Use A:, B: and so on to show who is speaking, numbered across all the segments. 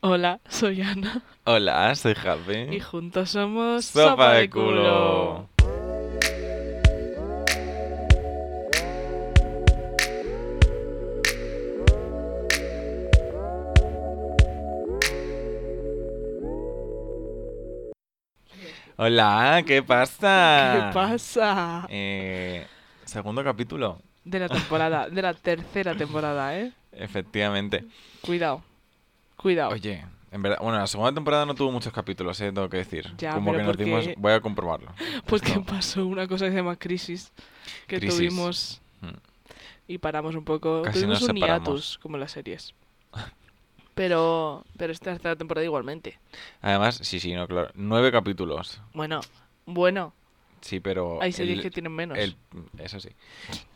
A: Hola, soy Ana
B: Hola, soy Javi.
A: y juntos somos
B: ¿Eh? Sopa
A: Sopa
B: de
A: de Culo.
B: Culo. Hola, ¿qué pasa?
A: ¿Qué pasa?
B: Ah. Eh, segundo capítulo,
A: De la temporada, de la tercera temporada, ¿eh?
B: efectivamente.
A: Cuidado, cuidado.
B: Oye, en verdad, bueno, la segunda temporada no tuvo muchos capítulos, eh, tengo que decir.
A: Ya,
B: Como
A: pero
B: que nos
A: porque-
B: dimos- voy a comprobarlo.
A: Porque
B: esto-
A: pasó una cosa Pues que se llama crisis, que
B: Crisis.
A: tuvimos
B: Mm.
A: y paramos un poco.
B: Casi
A: tuvimos
B: nos
A: un
B: separamos.
A: hiatus, como las series. Pero, pero esta tercera temporada igualmente.
B: Además, sí, sí, no, claro, nueve capítulos.
A: Bueno, bueno,
B: Sí, pero
A: hay series
B: Oh, el-
A: que tienen menos.
B: el- eso sí.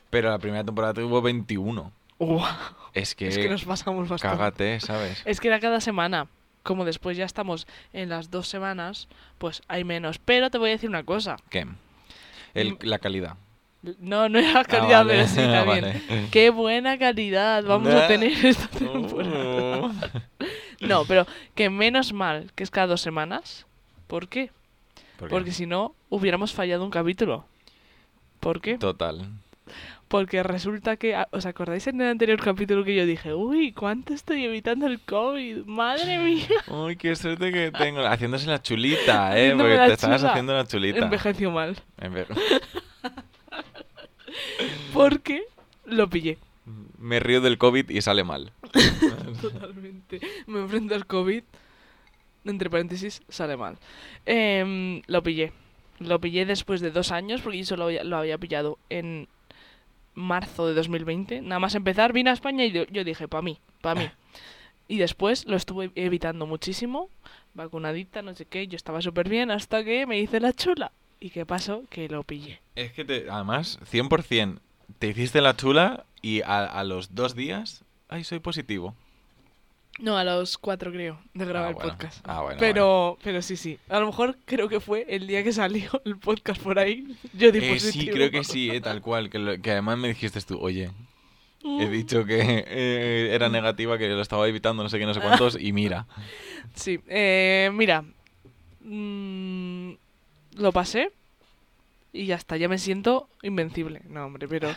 B: Pero la primera temporada tuvo 21.
A: Guau,
B: Es que,
A: es que nos pasamos bastante.
B: cágate, ¿sabes?
A: Es que era cada semana. Como después ya estamos en las dos semanas, pues hay menos. Pero te voy a decir una cosa.
B: ¿Qué? El-
A: Mm.
B: la calidad.
A: No, no era
B: Ah,
A: calidad,
B: vale,
A: pero sí
B: ah,
A: también.
B: vale.
A: Qué buena calidad vamos a
B: Nah.
A: tener esta temporada.
B: Uh.
A: No, pero que menos mal que es cada dos semanas. ¿Por qué?
B: ¿Por qué?
A: Porque si no, hubiéramos fallado un capítulo. ¿Por qué?
B: Total.
A: Porque resulta que, ah, ¿os acordáis en el anterior capítulo que yo dije, uy, cuánto estoy evitando el COVID? Madre mía.
B: Uy, qué suerte que tengo. Haciéndose la chulita, ¿eh?
A: Haciéndome
B: Porque
A: la
B: te estabas
A: chula.
B: haciendo la chulita.
A: Envejeció mal.
B: Enveje-
A: Porque lo pillé.
B: Me río del COVID y sale mal.
A: Totalmente. Me enfrento al COVID. Entre paréntesis, sale mal. Em, lo pillé. Lo pillé después de dos años, porque yo solo había- lo había pillado en marzo de 2020. Nada más empezar, vine a España y yo, yo dije, pa' mí, pa' mí. Y después lo estuve evitando muchísimo, vacunadita, no sé qué, yo estaba súper bien hasta que me hice la chula. ¿Y qué pasó? Que lo pillé.
B: Es que te, además, 100%, te hiciste la chula y a, a los dos días, ay, soy positivo.
A: No, a los cuatro creo, de grabar
B: Ah,
A: el
B: bueno.
A: podcast.
B: Ah, bueno, bueno.
A: Pero, pero sí, sí. A lo mejor creo que fue el día que salió el podcast por ahí. Yo di
B: Eh, sí,
A: positivo.
B: creo que sí, eh, tal cual. Que, lo- que además me dijiste tú, oye,
A: Mm.
B: he dicho que eh, era negativa, que lo estaba evitando, no sé qué, no sé cuántos, y mira.
A: Sí. Eh, mira. Mm, lo pasé. Y ya está. Ya me siento invencible. No, hombre, pero.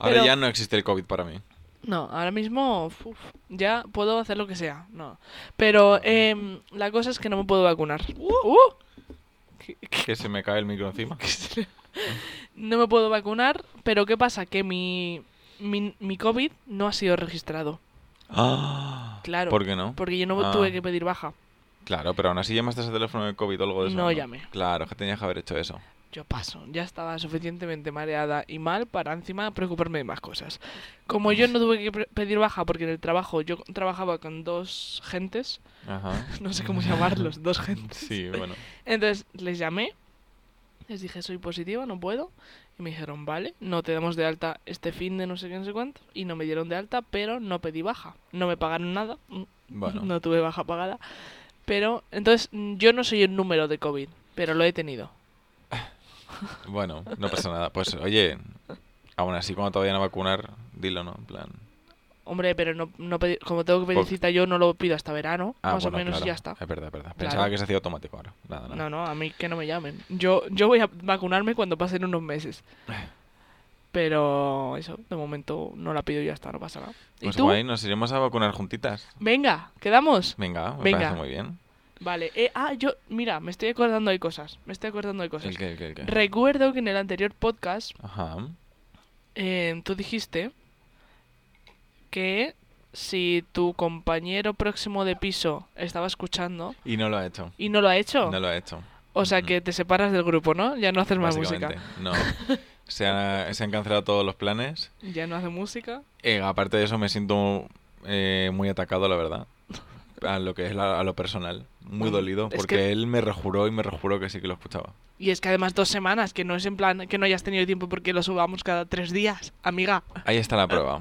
B: Ahora
A: Pero-
B: ya no existe el COVID para mí.
A: No, ahora mismo. uf, ya puedo hacer lo que sea. No. Pero em, la cosa es que no me puedo vacunar. ¡Uh! ¿Qué- qué-
B: Que se me cae el micro encima.
A: No me puedo vacunar, pero ¿qué pasa? Que mi, mi, mi COVID no ha sido registrado.
B: Ah,
A: Claro.
B: ¿Por qué no?
A: Porque yo no
B: Ah.
A: tuve que pedir baja.
B: Claro, pero aún así llamaste al teléfono de COVID o algo de eso.
A: No llamé.
B: Claro, es que tenías que haber hecho eso.
A: Yo paso. Ya estaba suficientemente mareada y mal para encima preocuparme de más cosas. Como yo no tuve que pre- pedir baja porque en el trabajo yo trabajaba con dos gentes,
B: Ajá.
A: no sé cómo llamarlos, dos gentes.
B: Mm. Sí, bueno.
A: Entonces les llamé, les dije soy positiva, no puedo. Y me dijeron, vale, no te damos de alta este fin de no sé qué, no sé cuánto. Y no me dieron de alta, pero no pedí baja. No me pagaron nada. Mm,
B: Bueno.
A: No tuve baja pagada. Pero, entonces, mm, yo no soy el número de COVID, pero lo he tenido.
B: Bueno, no pasa nada. Pues oye, aún así cuando te vayan a vacunar, dilo, ¿no? En plan...
A: Hombre, pero no, no pedí- como tengo que pedir
B: Porque-
A: cita, yo no lo pido hasta verano,
B: Ah,
A: más
B: bueno,
A: o menos y
B: claro.
A: ya está.
B: Es verdad, es verdad. Pensaba
A: Claro.
B: que se hacía automático ahora. Nada, nada.
A: No, no, a mí que no me llamen. Yo, yo voy a vacunarme cuando pasen unos meses. Pero eso, de momento no la pido y ya está, no pasa nada. ¿Y
B: Pues
A: tú?
B: guay, nos iremos a vacunar juntitas.
A: Venga, quedamos.
B: Venga, me
A: Venga.
B: parece muy bien.
A: Vale, eh, ah, yo, mira, me estoy acordando de cosas. Me estoy acordando de cosas.
B: ¿El qué, el qué, el qué?
A: Recuerdo que en el anterior podcast
B: Ajá.
A: eh, tú dijiste que si tu compañero próximo de piso estaba escuchando
B: Y no lo ha hecho.
A: y no lo ha hecho,
B: No lo ha hecho.
A: o sea
B: Mm.
A: que te separas del grupo, ¿no? Ya no haces más
B: Básicamente.
A: música.
B: No. Se, ha- se han cancelado todos los planes.
A: Ya no haces música.
B: Eh, aparte de eso, me siento eh, muy atacado, la verdad. A lo que es la- a lo personal. Muy
A: Mm,
B: dolido.
A: es
B: Porque
A: que-
B: él me rejuró y me rejuró que sí que lo escuchaba.
A: Y es que además dos semanas, que no es en plan que no hayas tenido tiempo porque lo subamos cada tres días, amiga.
B: Ahí está la prueba.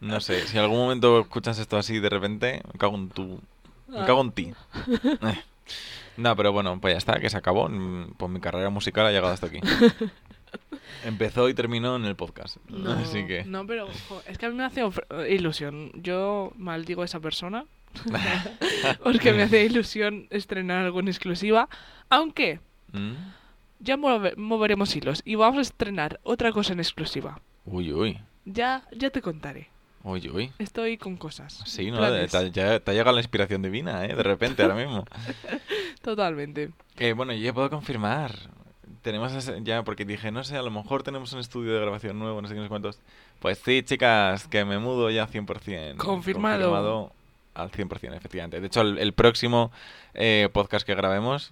B: No sé, si en algún momento escuchas esto así de repente, me cago en tu. Me cago en ti. Eh. No, pero bueno, pues ya está, que se acabó. Mm, Pues mi carrera musical ha llegado hasta aquí. Empezó y terminó en el podcast.
A: No,
B: Así que.
A: no, pero jo, es que a mí me hace ofre- ilusión. Yo maldigo a esa persona porque me hace ilusión estrenar algo en exclusiva. Aunque
B: Mm.
A: ya move- moveremos hilos y vamos a estrenar otra cosa en exclusiva.
B: Uy, uy.
A: Ya, ya te contaré.
B: Uy, uy.
A: Estoy con cosas.
B: Sí, ¿no?
A: planes.
B: Te, ya- te ha llegado la inspiración divina, ¿eh? De repente, ahora mismo.
A: Totalmente.
B: Eh, bueno, yo ya puedo confirmar. Tenemos ese- ya, porque dije, no sé, a lo mejor tenemos un estudio de grabación nuevo, no sé qué, no sé cuántos. Pues sí, chicas, que me mudo ya 100%.
A: Confirmado.
B: Confirmado al 100%, efectivamente. De hecho, el, el próximo eh, podcast que grabemos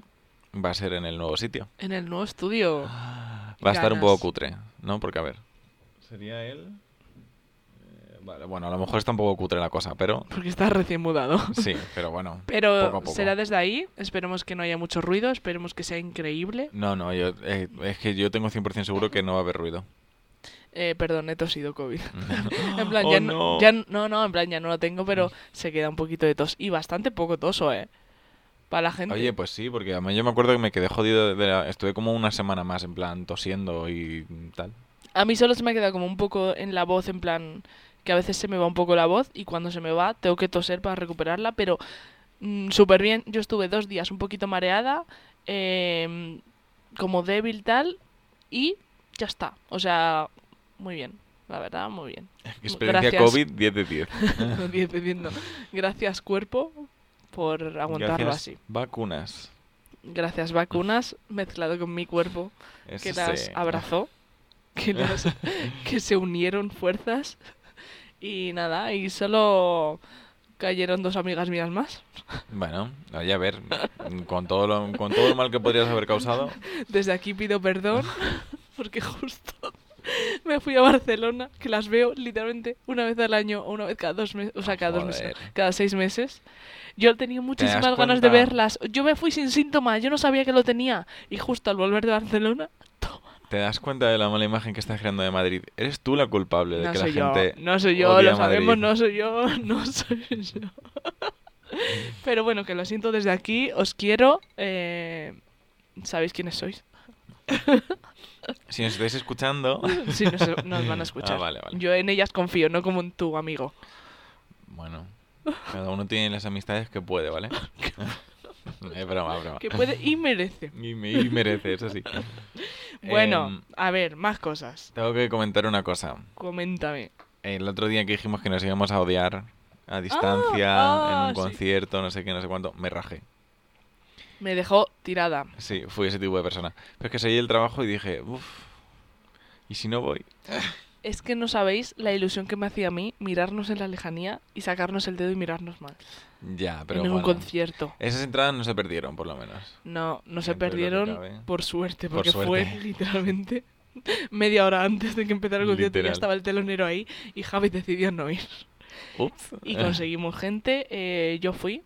B: va a ser en el nuevo sitio.
A: En el nuevo estudio.
B: Va a estar un poco
A: Oh. Ganas.
B: cutre, ¿no? Porque, a ver. ¿Sería él? Eh, vale, bueno, a lo mejor está un poco cutre la cosa, pero.
A: Porque está recién mudado.
B: Sí, pero bueno.
A: Pero
B: Poco a poco.
A: será desde ahí. Esperemos que no haya mucho ruido. Esperemos que sea increíble.
B: No, no, yo, eh, es que yo tengo 100% seguro que no va a haber ruido.
A: Eh, perdón, he tosido COVID. en plan,
B: Oh,
A: ya
B: no.
A: no. ya n- no, no, en plan, ya no lo tengo, pero se queda un poquito de tos. Y bastante poco toso, ¿eh? Para la gente.
B: Oye, pues sí, porque además yo me acuerdo que me quedé jodido. de la- estuve como una semana más, en plan, tosiendo y tal.
A: A mí solo se me ha quedado como un poco en la voz, en plan, que a veces se me va un poco la voz y cuando se me va tengo que toser para recuperarla, pero mm, súper bien. Yo estuve dos días un poquito mareada, em, como débil tal, y ya está. O sea, muy bien, la verdad, muy bien.
B: Experiencia
A: Gracias.
B: COVID 10 de 10.
A: No estoy entendiendo. Gracias cuerpo por aguantarlo
B: Gracias,
A: así.
B: Vacunas.
A: Gracias vacunas mezclado con mi cuerpo
B: Eso
A: que las
B: sí.
A: abrazó, que, las- que se unieron fuerzas y nada, y solo cayeron dos amigas mías más.
B: Bueno, oye, a ver, con todo, lo, con todo lo mal que podrías haber causado,
A: Desde aquí pido perdón porque justo me fui a Barcelona, que las veo literalmente una vez al año o una vez cada dos meses, o sea, cada dos meses,
B: Ah, Joder.
A: cada seis meses. Yo tenía muchísimas ganas de
B: cuenta?
A: verlas. Yo me fui sin síntomas, yo no sabía que lo tenía. Y justo al volver de Barcelona, toma.
B: ¿te das cuenta de la mala imagen que estás creando de Madrid? ¿Eres tú la culpable de
A: No
B: que
A: soy
B: la
A: yo,
B: gente
A: no soy yo,
B: odie
A: lo
B: a Madrid?
A: sabemos, no soy yo, no soy yo. Pero bueno, que lo siento desde aquí, os quiero. eh, Sabéis quiénes sois.
B: Si nos estáis escuchando,
A: Sí, nos, nos van a escuchar.
B: Ah, vale, vale.
A: Yo en ellas confío, no como en tu amigo.
B: Bueno, cada uno tiene las amistades que puede, ¿vale? es broma, es broma.
A: Que puede y merece.
B: Y, me- y merece, eso sí.
A: Bueno,
B: Em,
A: a ver, más cosas.
B: tengo que comentar una cosa.
A: Coméntame.
B: El otro día que dijimos que nos íbamos a odiar a distancia, en
A: ah,
B: un
A: sí.
B: concierto, no sé qué, no sé cuánto, me rajé.
A: Me dejó tirada.
B: Sí, fui ese tipo de persona. Pero es que salí del trabajo y dije, uff, ¿y si no voy?
A: Es que no sabéis la ilusión que me hacía a mí mirarnos en la lejanía y sacarnos el dedo y mirarnos mal.
B: Ya, pero
A: en un
B: bueno.
A: concierto.
B: Esas entradas no se perdieron, por lo menos.
A: No, no se
B: Dentro de lo que cabe.
A: perdieron por suerte,
B: Por
A: porque
B: suerte.
A: fue literalmente media hora antes de que empezara el concierto y
B: Literal.
A: ya estaba el telonero ahí y Javi decidió no ir.
B: Ups.
A: Y conseguimos gente, eh, yo fui,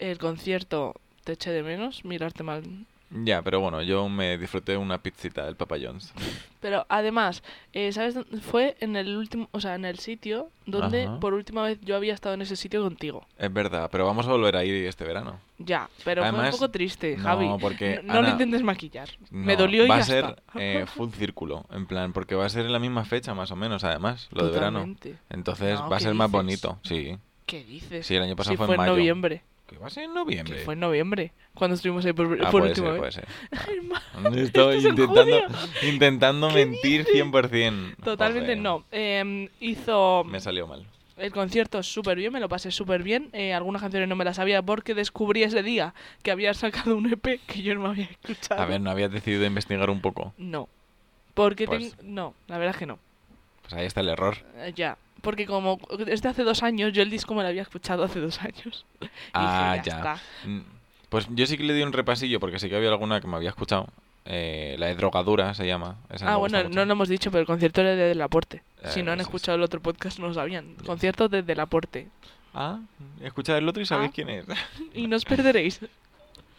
A: el concierto te eché de menos, mirarte mal.
B: Ya, pero bueno, yo me disfruté una pizzita del Papa John's.
A: Pero además, eh, ¿sabes? dónde? Fue en el último, o sea, en el sitio donde
B: Ajá.
A: por última vez yo había estado en ese sitio contigo.
B: Es verdad, pero vamos a volver a ir este verano.
A: Ya, pero fue
B: Además,
A: un poco triste,
B: no,
A: Javi.
B: porque,
A: N- no
B: Ana,
A: lo intentes maquillar. Me
B: No,
A: dolió y
B: Va a
A: ya
B: ser
A: está.
B: eh, full círculo, en plan, porque va a ser en la misma fecha más o menos, además, lo de verano.
A: Totalmente.
B: Entonces
A: No,
B: va a
A: Ah, ¿qué
B: ser más
A: dices?
B: bonito, sí.
A: ¿Qué dices?
B: Sí, el año pasado
A: Sí,
B: fue en
A: fue en
B: mayo.
A: noviembre.
B: Que va a ser en
A: Que
B: noviembre.
A: fue en noviembre, cuando estuvimos ahí por,
B: Ah,
A: por
B: puede
A: última
B: ser, puede
A: vez.
B: ser.
A: Ay, ma-
B: Estoy
A: Esto es
B: intentando,
A: injuria.
B: intentando mentir 100%.
A: Totalmente
B: Joder,
A: no. Eh, hizo
B: Me salió mal.
A: el concierto súper bien, me lo pasé súper bien. Eh, algunas canciones no me las sabía porque descubrí ese día que había sacado un EP que yo no había escuchado.
B: A ver, ¿no habías decidido investigar un poco?
A: No. Porque
B: Pues-
A: ten- No, la verdad es que no.
B: Pues ahí está el error.
A: Eh, ya. Porque como desde hace dos años, yo el disco me lo había escuchado hace dos años. Y dije,
B: Ah,
A: ya.
B: ya.
A: está".
B: Mm, Pues yo sí que le di un repasillo porque sí que había alguna que me había escuchado. Eh, la de drogadura se llama. Esa
A: Ah,
B: me gusta
A: bueno,
B: mucho.
A: no lo hemos dicho, pero el concierto era de Aporte.
B: Eh,
A: si no han
B: sí, sí.
A: escuchado el otro podcast, no lo sabían. Concierto de Aporte.
B: Ah, escuchad el otro y sabéis
A: Ah.
B: quién es.
A: Y no os perderéis.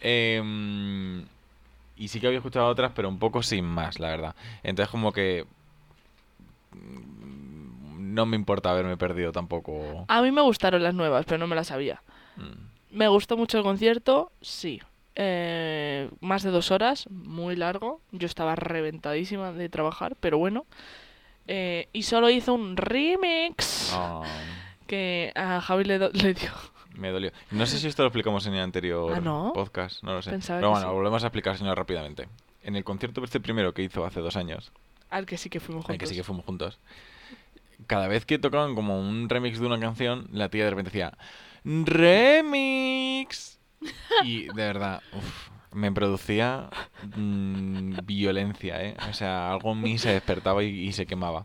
B: Em, y sí que había escuchado otras, pero un poco sin más, la verdad. Entonces como que... mm, No me importa haberme perdido tampoco.
A: A mí me gustaron las nuevas, pero no me las sabía.
B: Mm.
A: ¿Me gustó mucho el concierto? Sí. eh, más de dos horas, muy largo. Yo estaba reventadísima de trabajar, pero bueno. Eh, y solo hizo un remix
B: Oh,
A: que a Javi le, do- le dio.
B: me dolió. No sé si esto lo explicamos en el anterior
A: Ah, ¿no?
B: podcast, no lo sé.
A: Pensaba
B: Pero
A: que
B: bueno,
A: sí.
B: lo volvemos a explicar, señor, rápidamente. En el concierto este primero que hizo hace dos años,
A: Al que sí que fuimos
B: Ay,
A: juntos.
B: que sí que fuimos juntos. Cada vez que tocaban como un remix de una canción, la tía de repente decía ¡Remix! Y de verdad, uf, me producía mm, violencia, ¿eh? O sea, algo en mí se despertaba y, y se quemaba.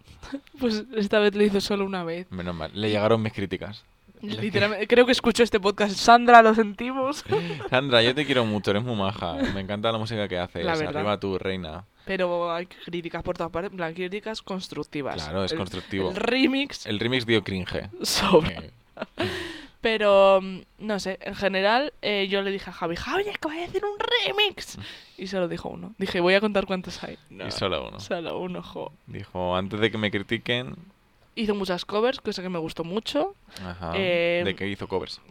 A: Pues esta vez lo hizo solo una vez.
B: Menos mal. Le llegaron mis críticas. Le-
A: Literalmente, creo que escuchó este podcast. Sandra, lo sentimos.
B: Sandra, yo te quiero mucho, eres muy maja. Me encanta la música que haces.
A: La verdad.
B: Arriba tu reina.
A: Pero hay críticas por todas partes, en plan, críticas constructivas.
B: Claro, es
A: El-
B: constructivo.
A: El remix
B: El remix dio cringe.
A: sobra.
B: Eh,
A: Pero, mm, no sé, en general eh, yo le dije a Javi, Javi, acaba de hacer un remix. Y solo dijo uno. Dije, voy a contar cuántos hay. No,
B: Y solo uno.
A: solo uno, jo.
B: Dijo, antes de que me critiquen,
A: Hizo muchas covers, cosa que me gustó mucho.
B: Ajá.
A: Eh,
B: de que hizo covers.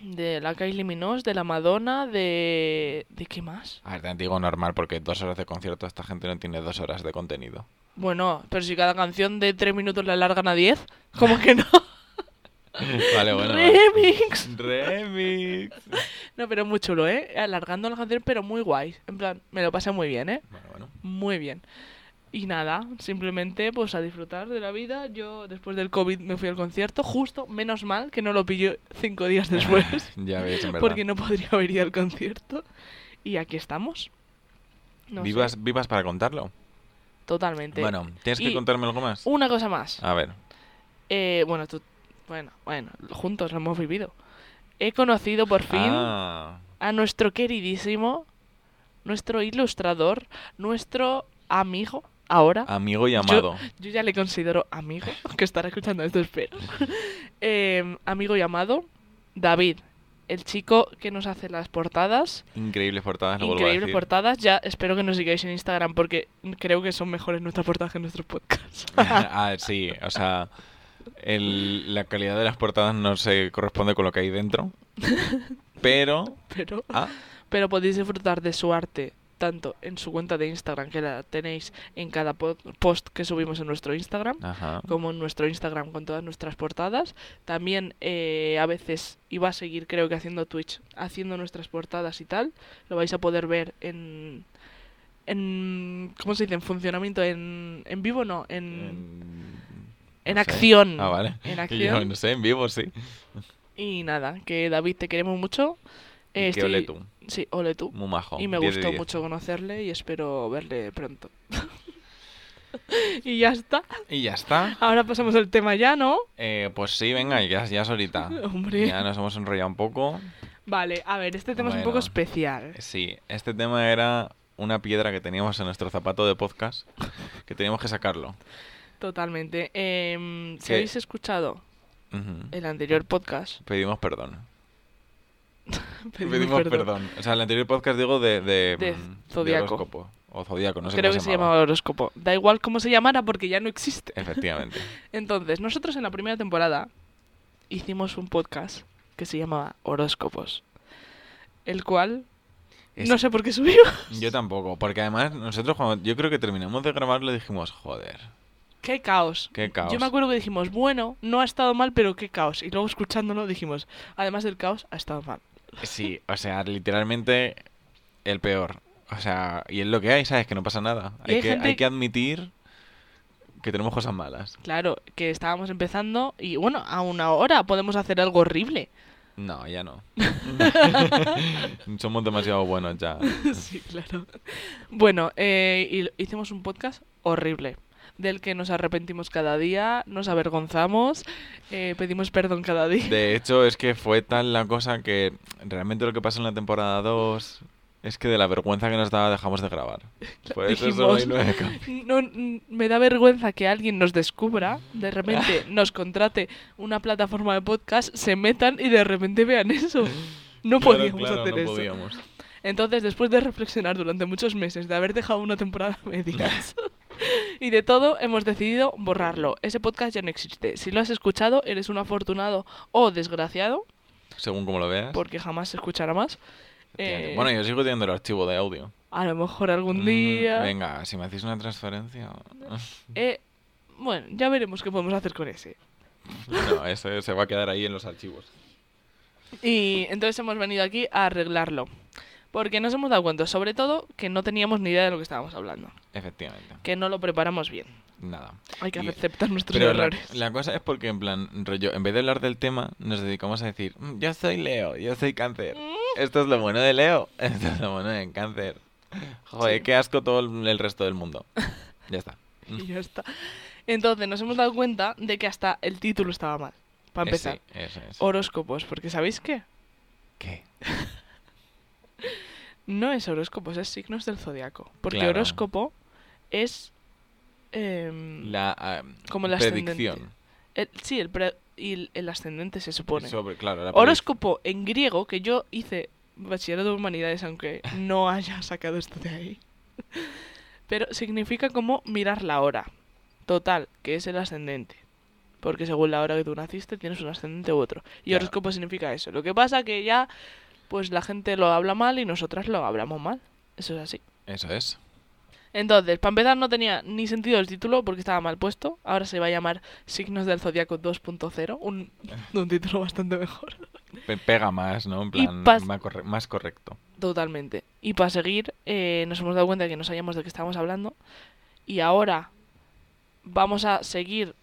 A: De la Kylie Minogue, de la Madonna, de... ¿De qué más?
B: A ver, te digo normal, porque dos horas de concierto, esta gente no tiene dos horas de contenido.
A: Bueno, pero si cada canción de tres minutos la alargan a diez, como que no.
B: Vale, bueno. vale.
A: remix.
B: Remix.
A: No, pero muy chulo, ¿eh? Alargando la canción, pero muy guay. En plan, me lo pasé muy bien, ¿eh?
B: Bueno, bueno.
A: Muy bien. Y nada, simplemente pues a disfrutar de la vida. Yo después del COVID me fui al concierto, justo, menos mal que no lo pilló cinco días después,
B: Ya ves, en verdad.
A: porque no podría haber ido al concierto. Y aquí estamos. No sé,
B: ¿Vivas, vivas para contarlo?
A: totalmente.
B: Bueno, Ah. ¿tienes que
A: Y-
B: contarme algo más?
A: Una cosa más.
B: A ver.
A: Eh, bueno, tú, bueno, bueno, juntos lo hemos vivido. He conocido por fin
B: Ah,
A: a nuestro queridísimo, nuestro ilustrador, nuestro amigo ahora.
B: amigo y amado.
A: Yo ya le considero amigo, que estará escuchando esto, espero. Eh, amigo llamado David, el chico que nos hace las portadas,
B: Increíbles portadas, lo Ah, vuelvo a
A: increíbles
B: decir.
A: portadas. Ya espero que nos sigáis en Instagram porque creo que son mejores nuestras portadas que nuestros podcasts.
B: ah, sí, o sea, el- la calidad de las portadas no se corresponde con lo que hay dentro. Pero,
A: Pero,
B: ah,
A: pero podéis disfrutar de su arte tanto en su cuenta de Instagram, que la tenéis en cada po- post que subimos en nuestro Instagram,
B: ajá.
A: como en nuestro Instagram con todas nuestras portadas. También eh, a veces iba a seguir, creo que haciendo Twitch, haciendo nuestras portadas y tal. Lo vais a poder ver en. en ¿Cómo se dice? En funcionamiento, en, en vivo, no, en, en
B: no sé.
A: acción.
B: Ah, vale.
A: En
B: Y yo,
A: acción.
B: no sé, en vivo sí.
A: Y nada, que David, te queremos mucho. Eh,
B: que
A: estoy-
B: ole tú.
A: Sí, ole tú.
B: Muy majo.
A: Y me
B: 10 de
A: gustó
B: 10.
A: mucho conocerle y espero verle pronto. y ya está.
B: Y ya está.
A: Ahora pasamos al tema ya, ¿no?
B: Eh, pues sí, venga, ya, ya es horita.
A: Hombre.
B: Ya nos hemos enrollado un poco.
A: Vale, a ver, este tema es un poco
B: Bueno.
A: especial.
B: Sí, este tema era una piedra que teníamos en nuestro zapato de podcast que teníamos que sacarlo.
A: Totalmente. Em, si
B: ¿Qué?
A: habéis escuchado
B: Ujú.
A: el anterior podcast,
B: Pedimos perdón.
A: pedimos perdón.
B: O sea, el anterior podcast digo de... De,
A: De
B: mm,
A: Zodíaco.
B: horóscopo. o Zodíaco, no sé
A: Creo
B: cómo
A: que
B: se
A: se
B: llamaba.
A: llamaba horóscopo. Da igual cómo se llamara porque ya no existe.
B: Efectivamente.
A: Entonces, nosotros en la primera temporada hicimos un podcast que se llamaba Horóscopos. El cual
B: Es-
A: no sé por qué subió.
B: Yo tampoco, porque además nosotros cuando yo creo que terminamos de grabarlo dijimos, joder,
A: ¡Qué caos!
B: qué caos.
A: Yo me acuerdo que dijimos, bueno, no ha estado mal, pero qué caos. Y luego escuchándolo dijimos, además del caos, ha estado mal.
B: Sí, o sea, literalmente el peor. O sea, y es lo que hay, ¿sabes? Que no pasa nada.
A: Y
B: Hay,
A: hay
B: que,
A: gente-
B: hay que admitir que tenemos cosas malas.
A: Claro, que estábamos empezando y bueno, aún ahora podemos hacer algo horrible.
B: No, ya no. Somos demasiado buenos ya.
A: sí, claro. Bueno, eh, y lo- hicimos un podcast horrible, del que nos arrepentimos cada día, nos avergonzamos, eh, pedimos perdón cada día.
B: De hecho, es que fue tal la cosa que realmente lo que pasó en la temporada 2 es que de la vergüenza que nos daba dejamos de grabar. Por eso solo hay
A: Dijimos,
B: nueve cap-
A: No, n- me da vergüenza que alguien nos descubra, de repente nos contrate una plataforma de podcast, se metan y de repente vean eso. No
B: Claro,
A: podíamos
B: claro,
A: hacer
B: no
A: eso.
B: podíamos.
A: Entonces, después de reflexionar durante muchos meses, de haber dejado una temporada a medias y de todo, hemos decidido borrarlo. Ese podcast ya no existe. Si lo has escuchado, eres un afortunado o desgraciado,
B: Según como lo veas.
A: porque jamás se escuchará más.
B: Efectivamente.
A: Eh,
B: Bueno, yo sigo teniendo el archivo de audio.
A: A lo mejor algún
B: Mm,
A: día.
B: venga, si me hacéis una transferencia.
A: Eh, bueno, ya veremos qué podemos hacer con ese.
B: No, eso se va a quedar ahí en los archivos.
A: Y entonces hemos venido aquí a arreglarlo. Porque nos hemos dado cuenta, sobre todo, que no teníamos ni idea de lo que estábamos hablando.
B: Efectivamente.
A: Que no lo preparamos bien.
B: Nada.
A: Hay que
B: Y-
A: aceptar nuestros
B: Pero la,
A: errores.
B: la cosa es porque, en plan, rollo, en vez de hablar del tema, nos dedicamos a decir, "Mm, yo soy Leo, yo soy cáncer.
A: Mm.
B: Esto es lo bueno de Leo, esto es lo bueno de cáncer. Joder,
A: Sí.
B: qué asco todo el el resto del mundo. Ya está. Mm.
A: Y ya está. Entonces nos hemos dado cuenta de que hasta el título estaba mal. Para
B: Eh, sí,
A: empezar.
B: eso es.
A: Horóscopos, porque ¿sabéis qué?
B: ¿Qué?
A: No es horóscopos, es signos del zodiaco. Porque
B: Claro.
A: horóscopo es. em,
B: La ah,
A: Como el
B: predicción.
A: el- sí, el, pre- y el, el ascendente se supone.
B: Sobre, claro, la
A: Horóscopo en griego, que yo hice bachillerato de humanidades, aunque no haya sacado esto de ahí. Pero significa como mirar la hora. Total, que es el ascendente. Porque según la hora que tú naciste, tienes un ascendente u otro. Y
B: Claro.
A: horóscopo significa eso. Lo que pasa que ya, pues la gente lo habla mal y nosotras lo hablamos mal. Eso es así.
B: predic- Eso es.
A: Entonces, para empezar, no tenía ni sentido el título porque estaba mal puesto. Ahora se va a llamar Signos del Zodiaco 2.0. Un, un título bastante mejor.
B: Pe- pega más, ¿no? En
A: Y
B: plan,
A: pas-
B: más, corre- más correcto.
A: Totalmente. Y para seguir, eh, nos hemos dado cuenta que no sabíamos de qué estábamos hablando. Y ahora vamos a seguir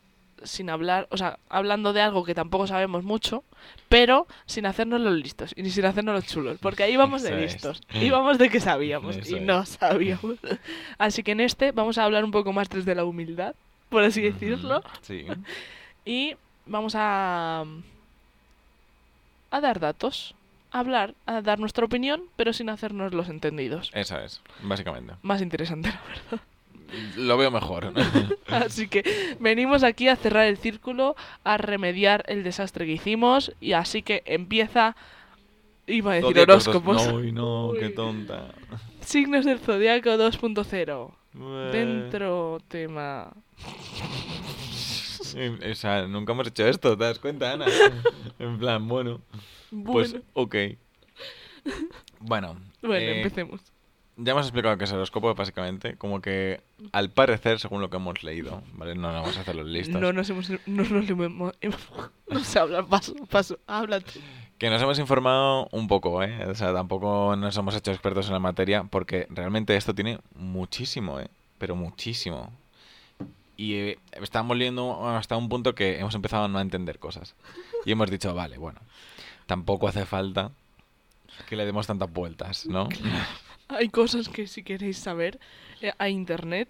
A: sin hablar, o sea, hablando de algo que tampoco sabemos mucho, pero sin hacernos los listos y ni sin hacernos los chulos, porque ahí vamos de
B: Eso es.
A: listos, íbamos de que sabíamos
B: Eso
A: y
B: es.
A: no sabíamos. Así que en este vamos a hablar un poco más desde la humildad, por así decirlo,
B: Ujú, Sí.
A: y vamos a a dar datos, a hablar, a dar nuestra opinión, pero sin hacernos los entendidos.
B: Eso es, básicamente.
A: Más interesante, la
B: Lo veo mejor.
A: verdad. Así que venimos aquí a cerrar el círculo, a remediar el desastre que hicimos y así que empieza iba a decir
B: Zodíacos dos-
A: horóscopos.
B: No, no, qué
A: Uy.
B: tonta.
A: Signos del zodiaco 2.0.
B: Bueh.
A: Dentro tema.
B: Eh, O sea, nunca hemos hecho esto, ¿te das cuenta, Ana? En plan, bueno, pues
A: Bueno,
B: ok. Bueno,
A: bueno,
B: eh,
A: empecemos.
B: ya hemos explicado qué es el horóscopo, básicamente. Como que, al parecer, según lo que hemos leído, ¿vale? No nos vamos a hacer los listos.
A: No nos hemos no nos lo hemos- no sé hablar, paso, paso, háblate.
B: Que nos hemos informado un poco, ¿eh? O sea, tampoco nos hemos hecho expertos en la materia, porque realmente esto tiene muchísimo, ¿eh? Pero muchísimo. Y eh, estamos leyendo hasta un punto que hemos empezado a no entender cosas. Y hemos dicho, vale, bueno, tampoco hace falta que le demos tantas vueltas, ¿no?
A: Hay cosas que si queréis saber, eh, hay internet.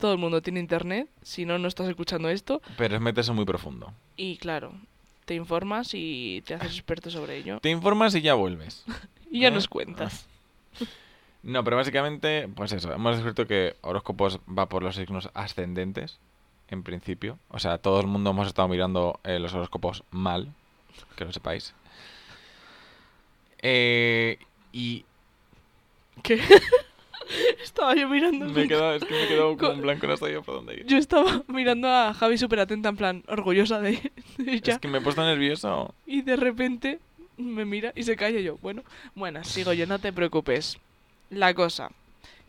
A: Todo el mundo tiene internet. Si no, no estás escuchando esto.
B: Pero es meterse muy profundo.
A: Y claro, te informas y te haces experto sobre ello.
B: Te informas y ya vuelves.
A: Y ya
B: ¿Eh?
A: nos cuentas.
B: No, pero básicamente, pues eso, hemos descubierto que horóscopos va por los signos ascendentes, en principio. O sea, todo el mundo hemos estado mirando eh, los horóscopos mal, que lo sepáis. Eh, y
A: ¿Qué? estaba yo mirando.
B: ah. me he quedado, es que me he quedado
A: Co-
B: con blanco, no sabía por dónde ir.
A: Yo estaba mirando a Javi súper atenta, en plan, orgullosa de, de ella.
B: Es que me he puesto nervioso.
A: Y de repente me mira y se calla y yo. Bueno, bueno, sigo yo, no te preocupes. La cosa,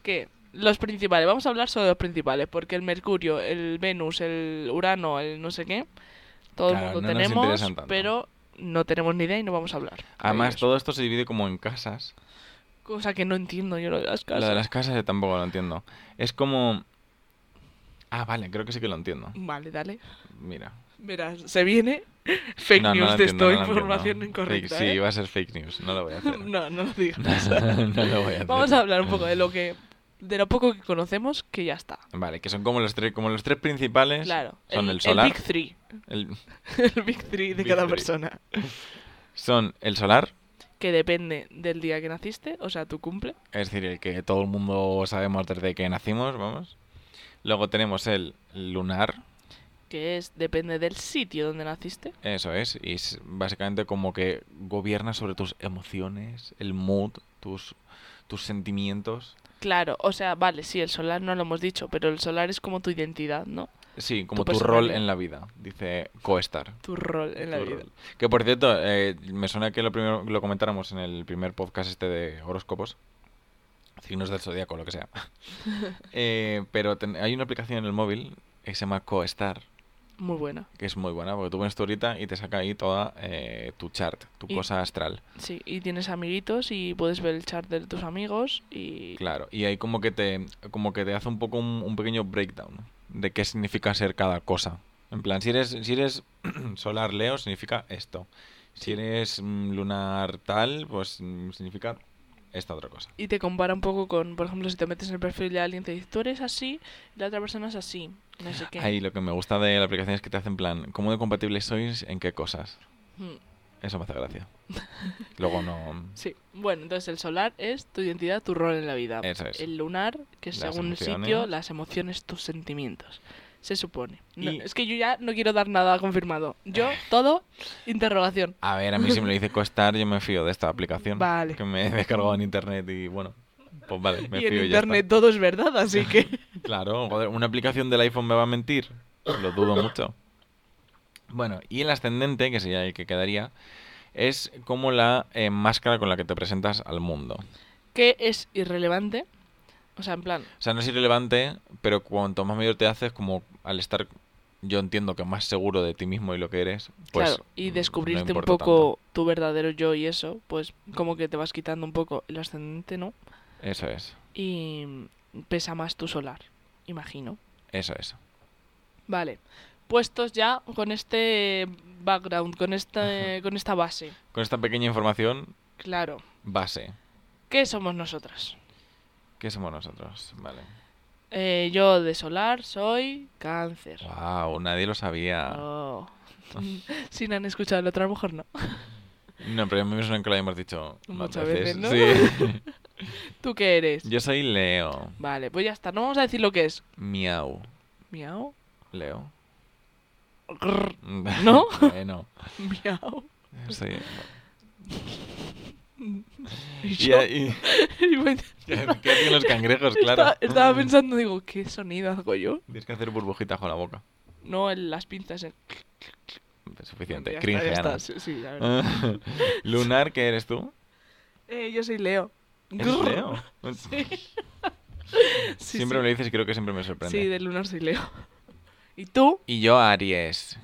A: que los principales, vamos a hablar sobre los principales, porque el Mercurio, el Venus, el Urano, el no sé qué, todo
B: Claro,
A: el mundo
B: no nos
A: tenemos,
B: interesan tanto.
A: pero no tenemos ni idea y no vamos a hablar. de
B: Además,
A: ellos.
B: todo esto se divide como en casas.
A: Cosa que no entiendo yo lo de las casas.
B: Lo de las casas yo tampoco lo entiendo. Es como... Ah, vale, creo que sí que lo entiendo.
A: Vale, dale.
B: Mira.
A: Verás, se viene fake
B: No, no
A: news
B: lo
A: de
B: entiendo,
A: esto,
B: no lo entiendo.
A: información
B: Fake-
A: incorrecta.
B: Sí,
A: ¿eh?
B: va a ser fake news, no lo voy a hacer.
A: No, no lo digas.
B: no lo voy a hacer.
A: Vamos a hablar un poco de lo que de lo poco que conocemos que ya está.
B: Vale, que son como los tres, como los tres principales.
A: Claro.
B: Son el, solar.
A: El Big Three.
B: el-
A: El Big Three de
B: Big
A: cada
B: Three.
A: persona.
B: son el solar,
A: Que depende del día que naciste, o sea, tu cumple.
B: es decir, el que todo el mundo sabemos desde que nacimos, vamos. Luego tenemos el lunar,
A: Que es depende del sitio donde naciste.
B: eso es, y es básicamente como que gobierna sobre tus emociones, el mood, tus, tus sentimientos.
A: Claro, o sea, vale, sí, el solar no lo hemos dicho, pero el solar es como tu identidad, ¿no?
B: Sí, como tu,
A: personalidad.
B: rol en la vida, dice Coestar.
A: Tu rol en la
B: Tu
A: vida.
B: rol. Que por cierto, eh, me suena que lo primero lo comentáramos en el primer podcast este de horóscopos, signos del zodiaco, lo que sea. Eh, pero ten- hay una aplicación en el móvil que se llama Coestar,
A: Muy buena.
B: que es muy buena, porque tú pones tu horita y te saca ahí toda eh, tu chart, tu
A: Y-
B: cosa astral.
A: Sí, y tienes amiguitos y puedes ver el chat de tus amigos y...
B: Claro, y ahí como que te, como que te hace un poco un, un pequeño breakdown de qué significa ser cada cosa. En plan, si eres, si eres solar Leo, significa esto. Si
A: Sí.
B: eres mm, lunar tal, pues mm, significa esta otra cosa.
A: Y te compara un poco con, por ejemplo, si te metes en el perfil de alguien, te dice, tú eres así, la otra persona es así, no sé qué.
B: Ahí lo que me gusta de la aplicación es que te hacen plan, ¿cómo de compatibles sois en qué cosas?
A: Mm,
B: Eso me hace gracia. Luego no...
A: Sí, bueno, entonces el solar es tu identidad, tu rol en la vida.
B: Eso es.
A: El lunar, que es
B: Las
A: según el sitio,
B: emociones.
A: las emociones, tus sentimientos. Se supone. No,
B: Y-
A: Es que yo ya no quiero dar nada confirmado. Yo, todo, interrogación.
B: A ver, a mí si me lo dice costar, yo me fío de esta aplicación.
A: Vale.
B: Que me he descargado en internet y bueno, pues vale, me
A: y
B: fío
A: en
B: y ya está.
A: internet todo es verdad, así que...
B: Claro, joder, una aplicación del iPhone me va a mentir. Lo dudo mucho. Bueno, y el ascendente, que sería el que quedaría, es como la eh, máscara con la que te presentas al mundo.
A: que es irrelevante. O sea, en plan,
B: O sea, no es irrelevante, pero cuanto más mayor te haces, como al estar, yo entiendo que más seguro de ti mismo y lo que eres, pues...
A: claro, y
B: mm, no
A: descubrirte un
B: importa
A: poco tu verdadero yo y eso, pues como que te vas quitando un poco el ascendente, ¿no?
B: tanto. Eso es,
A: Y mm, pesa más tu solar, imagino.
B: eso es.
A: Vale, puestos ya con este background, con, este, con esta base.
B: Con esta pequeña información,
A: Claro,
B: base.
A: ¿qué somos nosotras?
B: ¿Qué somos nosotros? Vale.
A: Eh, yo de solar soy cáncer.
B: Wow, nadie lo sabía.
A: Oh. si no han escuchado el otro, a lo mejor no.
B: No, pero a mí me suena que lo hayamos dicho más
A: Muchas veces, ¿no?
B: Sí.
A: ¿Tú qué eres?
B: Yo soy Leo.
A: Vale, pues ya está, no vamos a decir lo que es.
B: Miau.
A: Miau.
B: Leo.
A: Grrr.
B: ¿No? no.
A: Miau.
B: Sí.
A: Y
B: Y,
A: yo-
B: ahí-
A: y me-
B: ¿Qué hacen los cangrejos? pues, Claro. Mm.
A: estaba, estaba pensando, digo, ¿qué sonido hago yo?
B: Tienes que hacer burbujitas con la boca.
A: No, el- las pinzas. el-
B: Es suficiente.
A: Ya está,
B: Cringe,
A: ya está,
B: Ana. Ah.
A: sí, sí, la verdad.
B: Lunar, ¿qué eres tú?
A: Eh, yo soy Leo.
B: ¿Eres
A: Grrr.
B: Leo?
A: Sí. Sí,
B: siempre
A: sí.
B: me lo dices y creo que siempre me sorprende.
A: Sí, de lunar soy Leo. ¿Y tú?
B: Y yo Aries.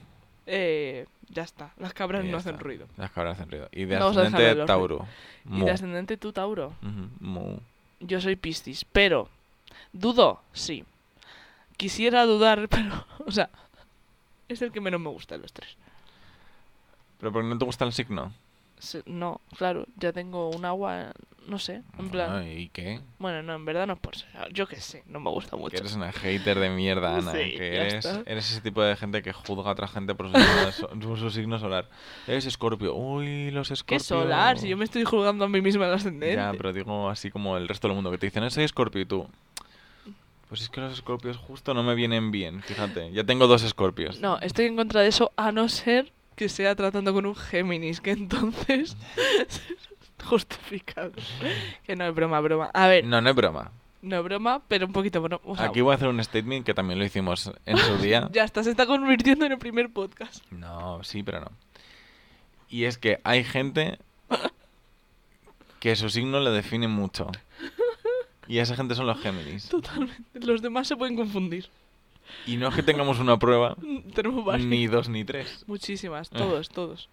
A: Eh, ya está, las cabras
B: Y ya
A: no hacen
B: está.
A: ruido.
B: Las cabras hacen ruido. Y de
A: Vamos a
B: ascendente
A: dejarlo en los
B: Tauro.
A: Y
B: Mu.
A: de ascendente tú, Tauro.
B: Ujú, mu.
A: Yo soy Piscis, pero... ¿Dudo? Sí. Quisiera dudar, pero... O sea, es el que menos me gusta de los tres.
B: Pero ¿por qué no te gusta el signo?
A: Se- No, claro, ya tengo un agua, no sé, en plan...
B: Ah, ¿Y qué?
A: Bueno, no, en verdad no es por ser... Yo qué sé, no me gusta
B: Que
A: mucho.
B: eres una hater de mierda, Ana.
A: Sí,
B: que
A: ya
B: eres,
A: está.
B: eres ese tipo de gente que juzga a otra gente por su signo, so- por su signo solar. Eres escorpio. Uy, los
A: ¿Qué
B: escorpios.
A: solar? Si yo me estoy juzgando a mí misma el ascendente.
B: Ya, pero digo así como el resto del mundo, que te dicen, "Eh, soy escorpio y tú. Pues es que los escorpios justo no me vienen bien, fíjate. Ya tengo dos escorpios.
A: No, estoy en contra de eso a no ser que sea tratando con un Géminis, que entonces justificado. Que no es broma, broma. A ver,
B: No, no es broma.
A: no es broma, pero un poquito broma. O sea,
B: Aquí voy ¿eh? a hacer un statement que también lo hicimos en su día.
A: Ya está, se está convirtiendo en el primer podcast.
B: No, sí, pero no. Y es que hay gente que su signo le define mucho. Y esa gente son los Géminis.
A: Totalmente. Los demás se pueden confundir.
B: Y no es que tengamos una prueba,
A: Mm, Tenemos varias.
B: ni dos ni tres.
A: Muchísimas,
B: Ah.
A: todos, todos.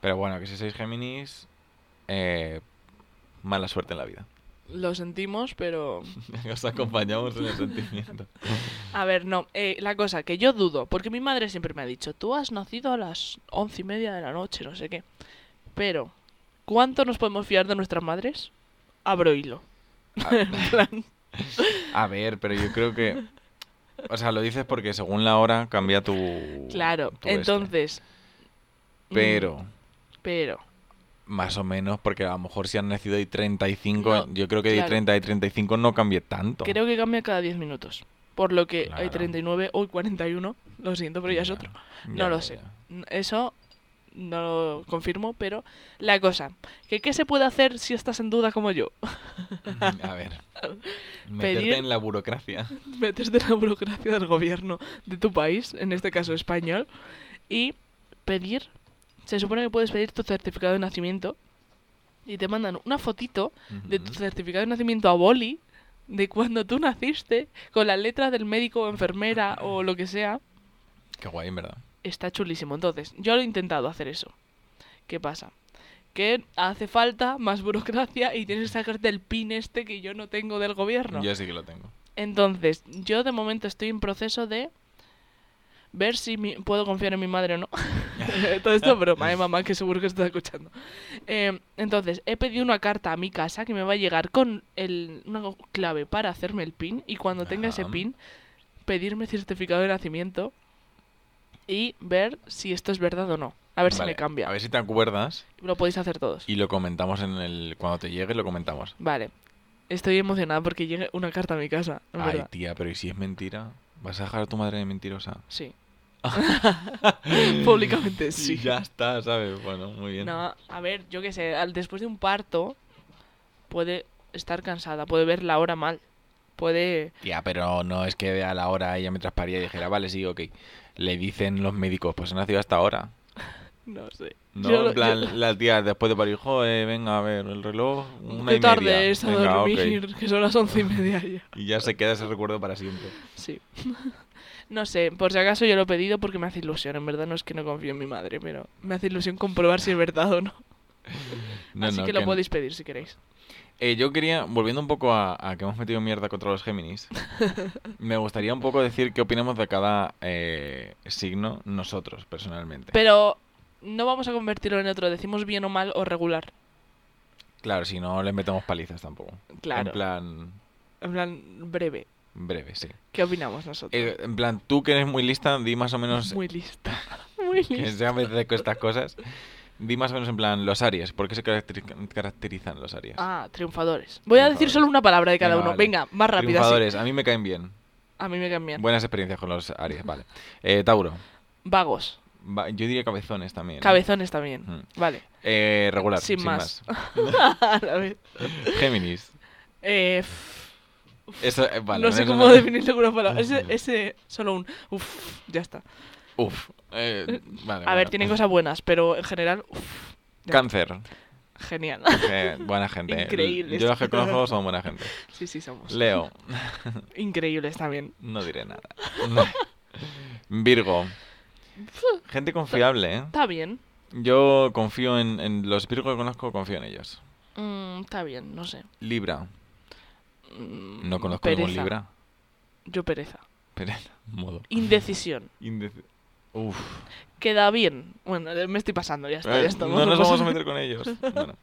B: Pero bueno, que si sois Géminis, eh, mala suerte en la vida.
A: Lo sentimos, pero...
B: Os acompañamos en el sentimiento.
A: A ver, no. eh, la cosa, que yo dudo, porque mi madre siempre me ha dicho, tú has nacido a las once y media de la noche, no sé qué. Pero, ¿cuánto nos podemos fiar de nuestras madres? Abro hilo.
B: Ah,
A: En plan,
B: uh, A ver, pero yo creo que... O sea, lo dices porque según la hora cambia tu...
A: claro,
B: tu este.
A: entonces... mm,
B: Pero...
A: Pero...
B: Más o menos, porque a lo mejor si han nacido y 35,
A: No,
B: yo creo que de
A: claro.
B: 30 y 35 no cambie tanto.
A: Creo que cambia cada 10 minutos. Por lo que hay
B: Claro.
A: 39, hoy 41, lo siento, pero ya es otro.
B: Ya,
A: No lo
B: ya,
A: sé.
B: ya.
A: N- Eso no lo confirmo, pero la cosa, que qué se puede hacer si estás en duda como yo.
B: A ver. Meterte
A: Pedir-
B: en la burocracia.
A: Meterte en la burocracia del gobierno de tu país, en este caso español, y pedir, se supone que puedes pedir tu certificado de nacimiento y te mandan una fotito de tu
B: Ujú.
A: certificado de nacimiento a boli de cuando tú naciste con las letras del médico o enfermera o lo que sea
B: Qué guay, en verdad.
A: está chulísimo entonces yo lo he intentado hacer eso qué pasa que hace falta más burocracia y tienes que sacarte el pin este que yo no tengo del gobierno
B: Yo sí que lo tengo.
A: entonces yo de momento estoy en proceso de ver si mi- puedo confiar en mi madre o no todo esto es broma, ¿eh, mamá, que seguro que está escuchando. Eh, entonces, he pedido una carta a mi casa que me va a llegar con el, una clave para hacerme el PIN y cuando tenga ese
B: Ajá.
A: PIN, pedirme certificado de nacimiento y ver si esto es verdad o no. A ver si
B: Vale,
A: me cambia.
B: A ver si te acuerdas
A: Lo podéis hacer todos.
B: y lo comentamos en el. Cuando te llegue, lo comentamos.
A: Vale. Estoy emocionada porque llegue una carta a mi casa. en
B: Ay,
A: verdad.
B: tía, pero ¿y si es mentira? ¿Vas a dejar a tu madre de mentirosa?
A: Sí. Públicamente sí.
B: Y Ya está, ¿sabes? Bueno, muy bien.
A: No, a ver, yo qué sé, al, después de un parto puede estar cansada, puede ver la hora mal, puede...
B: Tía, pero no es que a la hora ella me trasparía y dijera, vale, sí, ok. Le dicen los médicos, pues ha nacido hasta ahora.
A: No sé.
B: No,
A: Yo lo-
B: en plan,
A: yo-
B: la tía después de parir, joder, venga, a ver, el reloj, una
A: qué
B: y
A: tarde
B: media.
A: es a
B: Venga, ok".
A: dormir, que son las once y media ya.
B: Y ya se queda ese recuerdo para siempre.
A: Sí. No sé, por si acaso yo lo he pedido porque me hace ilusión, en verdad no es que no confío en mi madre, pero me hace ilusión comprobar si es verdad o no.
B: No,
A: Así
B: no,
A: que lo
B: que-
A: podéis pedir si queréis.
B: Eh, yo quería, volviendo un poco a, a que hemos metido mierda contra los Géminis, me gustaría un poco decir qué opinamos de cada eh, signo nosotros, personalmente.
A: Pero no vamos a convertirlo en otro, decimos bien o mal o regular.
B: Claro, si no les metemos palizas tampoco.
A: Claro,
B: En plan,
A: en plan breve.
B: breve, sí.
A: ¿Qué opinamos nosotros?
B: Eh, en plan, tú que eres muy lista, di más o menos,
A: Muy lista, muy
B: que
A: lista.
B: ya me con estas cosas, di más o menos en plan los Aries, ¿por qué se caracteri- caracterizan los Aries?
A: Ah, triunfadores. Voy a decir
B: Triunfadores.
A: solo una palabra de cada
B: Venga,
A: uno.
B: vale.
A: Venga, más rápido. así.
B: Triunfadores, a mí me caen bien.
A: A mí me cambian.
B: Buenas experiencias con los Aries, vale. Eh, Tauro,
A: Vagos.
B: va- yo diría cabezones también. ¿eh?
A: Cabezones también.
B: Mm.
A: Vale.
B: Eh, regular,
A: Sin
B: sin,
A: más.
B: más.
A: A la vez.
B: Géminis.
A: Eh, f-
B: Eso, eh, vale,
A: no sé
B: eso
A: cómo
B: no-
A: definirlo con una palabra. Ese, ese solo un. Uf, ya está.
B: Uf. eh, vale,
A: A ver,
B: bueno.
A: tienen cosas buenas, pero en general, uf, ya
B: Cáncer.
A: está. genial.
B: eh, buena gente. eh.
A: Increíbles.
B: Yo los que conozco son buena gente.
A: sí, sí, somos.
B: Leo.
A: Increíbles también.
B: No diré nada. No. Virgo. Gente confiable, ¿eh?
A: Está bien.
B: Yo confío en, en los Virgo que conozco, confío en ellos.
A: Mm, está bien, no sé. Mm, Libra.
B: No conozco ningún Libra.
A: Yo pereza.
B: Pero, modo.
A: Indecisión.
B: Indec- Uf.
A: Queda bien. Bueno, me estoy pasando, ya está.
B: Eh,
A: Ya está
B: no nos vamos a meter con ellos. Bueno.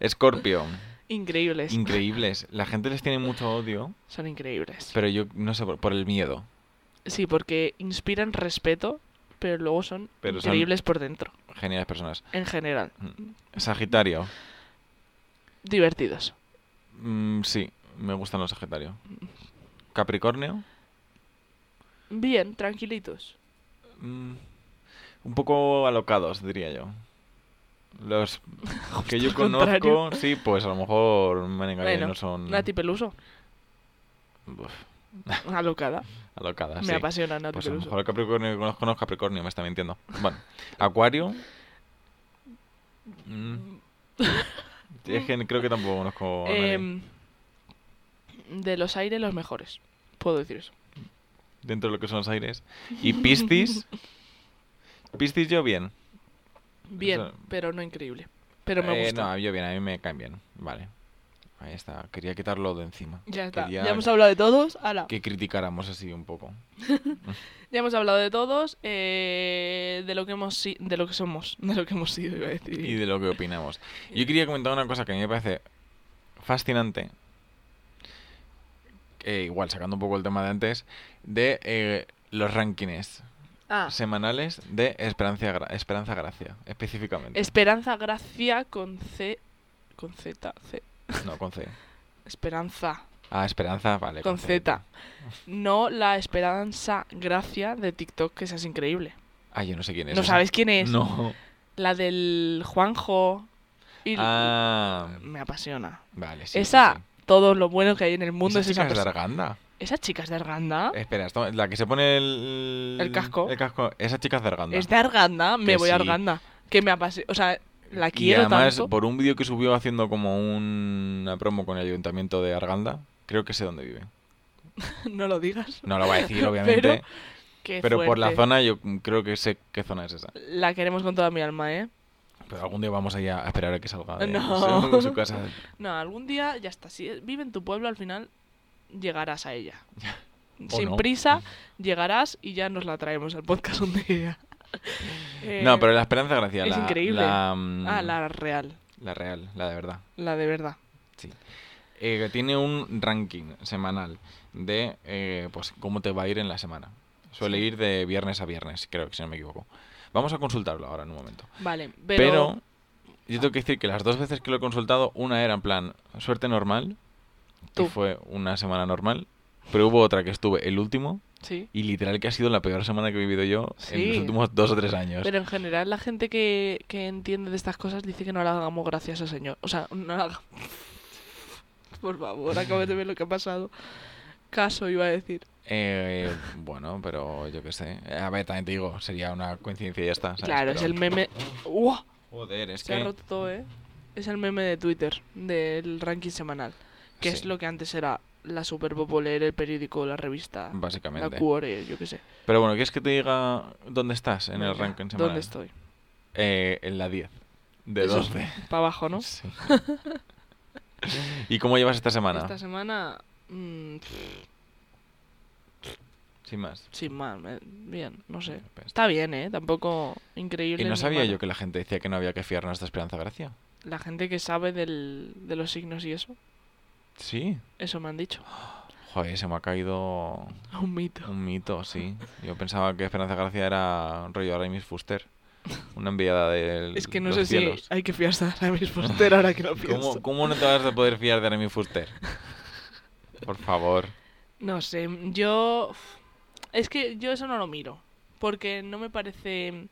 B: Escorpio.
A: Increíbles.
B: Increíbles. La gente les tiene mucho odio.
A: Son increíbles.
B: Pero yo no sé, por, por el miedo.
A: Sí, porque inspiran respeto, pero luego son
B: Pero son-
A: increíbles por dentro,
B: Geniales personas.
A: en general.
B: Sagitario.
A: Divertidos.
B: Mm, sí, me gustan los Sagitario. Capricornio.
A: Bien, tranquilitos.
B: Mm, un poco alocados, diría yo. Los que yo
A: al contrario.
B: conozco, sí, pues a lo mejor me han engañado y
A: Bueno,
B: no son
A: Nati Peluso,
B: Uf,
A: alocada.
B: alocadas.
A: Me
B: Ah, sí.
A: apasiona Nati
B: Pues a lo
A: Peluso.
B: mejor el Capricornio que conozco no es Capricornio, me está mintiendo. Bueno, Acuario. Mm, es que creo que tampoco conozco a nadie.
A: Em, de los aires, los mejores. Puedo decir eso.
B: dentro de lo que son los aires. Y Piscis. Piscis yo bien.
A: Bien,
B: Eso-
A: pero no increíble. Pero me
B: Eh,
A: gusta.
B: no, yo bien, a mí me caen bien. Vale. Ahí está. Quería quitarlo de encima.
A: ya está.
B: Quería
A: Ya hemos hablado de todos. ala.
B: que criticáramos así un poco.
A: Ya hemos hablado de todos. eh, de lo que hemos si- de lo que somos. De lo que hemos sido, iba a decir.
B: Y de lo que opinamos. Yo quería comentar una cosa que a mí me parece fascinante. que igual, sacando un poco el tema de antes. De eh, los rankings
A: Ah,
B: semanales de Esperanza, Gra- Esperanza Gracia. Específicamente.
A: Esperanza Gracia con C. Con Z. C.
B: No, con C.
A: Esperanza
B: Ah, Esperanza, vale.
A: con Z. No la Esperanza Gracia de TikTok, que esa es increíble.
B: Ah, yo no sé quién es.
A: ¿No
B: esa.
A: sabes quién es?
B: No.
A: la del Juanjo. Y
B: Ah,
A: Me apasiona.
B: vale, sí.
A: esa,
B: sí, sí.
A: todo lo bueno que hay en el mundo
B: Esa
A: es
B: chica
A: esa
B: es de
A: persona.
B: Arganda.
A: Esa chica es de Arganda.
B: Espera, esto- la que se pone el...
A: El casco.
B: El casco. Esa chica es de Arganda.
A: Es de Arganda, me
B: Que
A: voy a
B: sí.
A: Arganda. Que me apasiona. O sea, la
B: Y
A: quiero
B: además,
A: tanto.
B: por un vídeo que subió haciendo como un- una promo con el ayuntamiento de Arganda, creo que sé dónde vive.
A: No lo digas.
B: No lo va a decir, obviamente,
A: Qué
B: pero, por la
A: fuerte.
B: zona yo creo que sé qué zona es esa.
A: La queremos con toda mi alma, ¿eh?
B: Pero algún día vamos allá a esperar a que salga de
A: No.
B: su, su casa.
A: No, algún día ya está. Si vive en tu pueblo, al final llegarás a ella.
B: O
A: Sin
B: no. Mm.
A: prisa, llegarás y ya nos la traemos al podcast un día. Eh,
B: No, pero la Esperanza Gracia.
A: es
B: la,
A: increíble.
B: La, mm,
A: Ah, la real.
B: la real, la de verdad.
A: La de verdad.
B: Eh, que tiene un ranking semanal de eh, pues cómo te va a ir en la semana. Suele ir de viernes a viernes, creo que si no me equivoco. Vamos a consultarlo ahora en un momento.
A: Vale, pero.
B: Pero, yo tengo que decir que las dos veces que lo he consultado, una era en plan suerte normal, que
A: Tú.
B: fue una semana normal, pero hubo otra que estuve el último
A: Sí.
B: y literal que ha sido la peor semana que he vivido yo en los
A: Sí.
B: últimos dos o tres años.
A: Pero en general, la gente que, que entiende de estas cosas dice que no le hagamos gracias al señor. O sea, no le hagamos. Por favor, acabo de ver lo que ha pasado. Caso, iba a decir.
B: Eh, bueno, pero yo qué sé. A ver, también te digo, sería una coincidencia y ya está. ¿sabes?
A: Claro, es
B: Pero-
A: el meme. ¡Uah!
B: Joder, es
A: Se ha
B: que...
A: roto todo, ¿eh? Es el meme de Twitter, del ranking semanal, que es
B: Sí.
A: lo que antes era la Super Popular, el periódico, la revista, la
B: Básicamente.
A: Cuore, yo qué sé.
B: Pero bueno, ¿quieres que te diga dónde estás en el
A: Venga,
B: ranking semanal?
A: ¿Dónde estoy?
B: Eh, en la 10. De
A: Eso es
B: 12.
A: Para abajo, ¿no?
B: Sí. ¿Y cómo llevas esta semana?
A: Esta semana, mm, pff,
B: Sin más.
A: sin más, me- bien, no sé.
B: Pues-
A: Está bien, ¿eh? Tampoco increíble.
B: Y no
A: ni
B: sabía
A: malo.
B: yo que la gente decía que no había que fiarnos de Esperanza Gracia.
A: La gente que sabe del, de los signos y eso,
B: Sí.
A: eso me han dicho.
B: Joder, se me ha caído
A: Un mito.
B: un mito, sí. Yo pensaba que Esperanza Gracia era rollo Aramis Fuster. Una enviada del.
A: Es que no
B: los
A: sé
B: cielos.
A: si hay que fiarse de la misma Foster ahora que lo pienso.
B: ¿Cómo, cómo no te vas a poder fiar de Aramis Fuster? Por favor.
A: No sé, yo... Es que yo eso no lo miro, porque no me parece,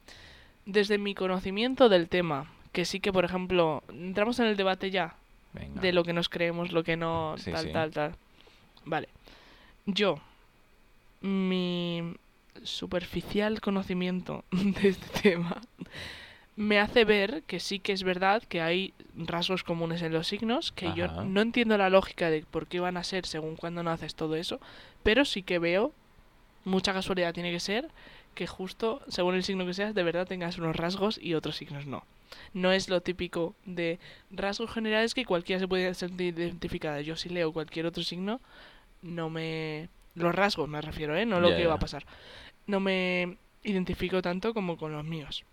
A: desde mi conocimiento del tema, que sí que, por ejemplo, entramos en el debate ya
B: Venga.
A: de lo que nos creemos, lo que no,
B: Sí,
A: tal,
B: sí.
A: tal, tal. Vale. Yo, mi superficial conocimiento de este tema, me hace ver que sí que es verdad que hay rasgos comunes en los signos, que
B: Ajá.
A: yo no entiendo la lógica de por qué van a ser según cuándo naces todo eso, pero sí que veo, mucha casualidad tiene que ser, que justo según el signo que seas, de verdad tengas unos rasgos y otros signos no. No es lo típico de rasgos generales que cualquiera se puede sentir identificada. Yo si leo cualquier otro signo, no me... Los rasgos me refiero, ¿eh? No lo
B: Ya,
A: que
B: ya.
A: va a pasar. No me identifico tanto como con los míos.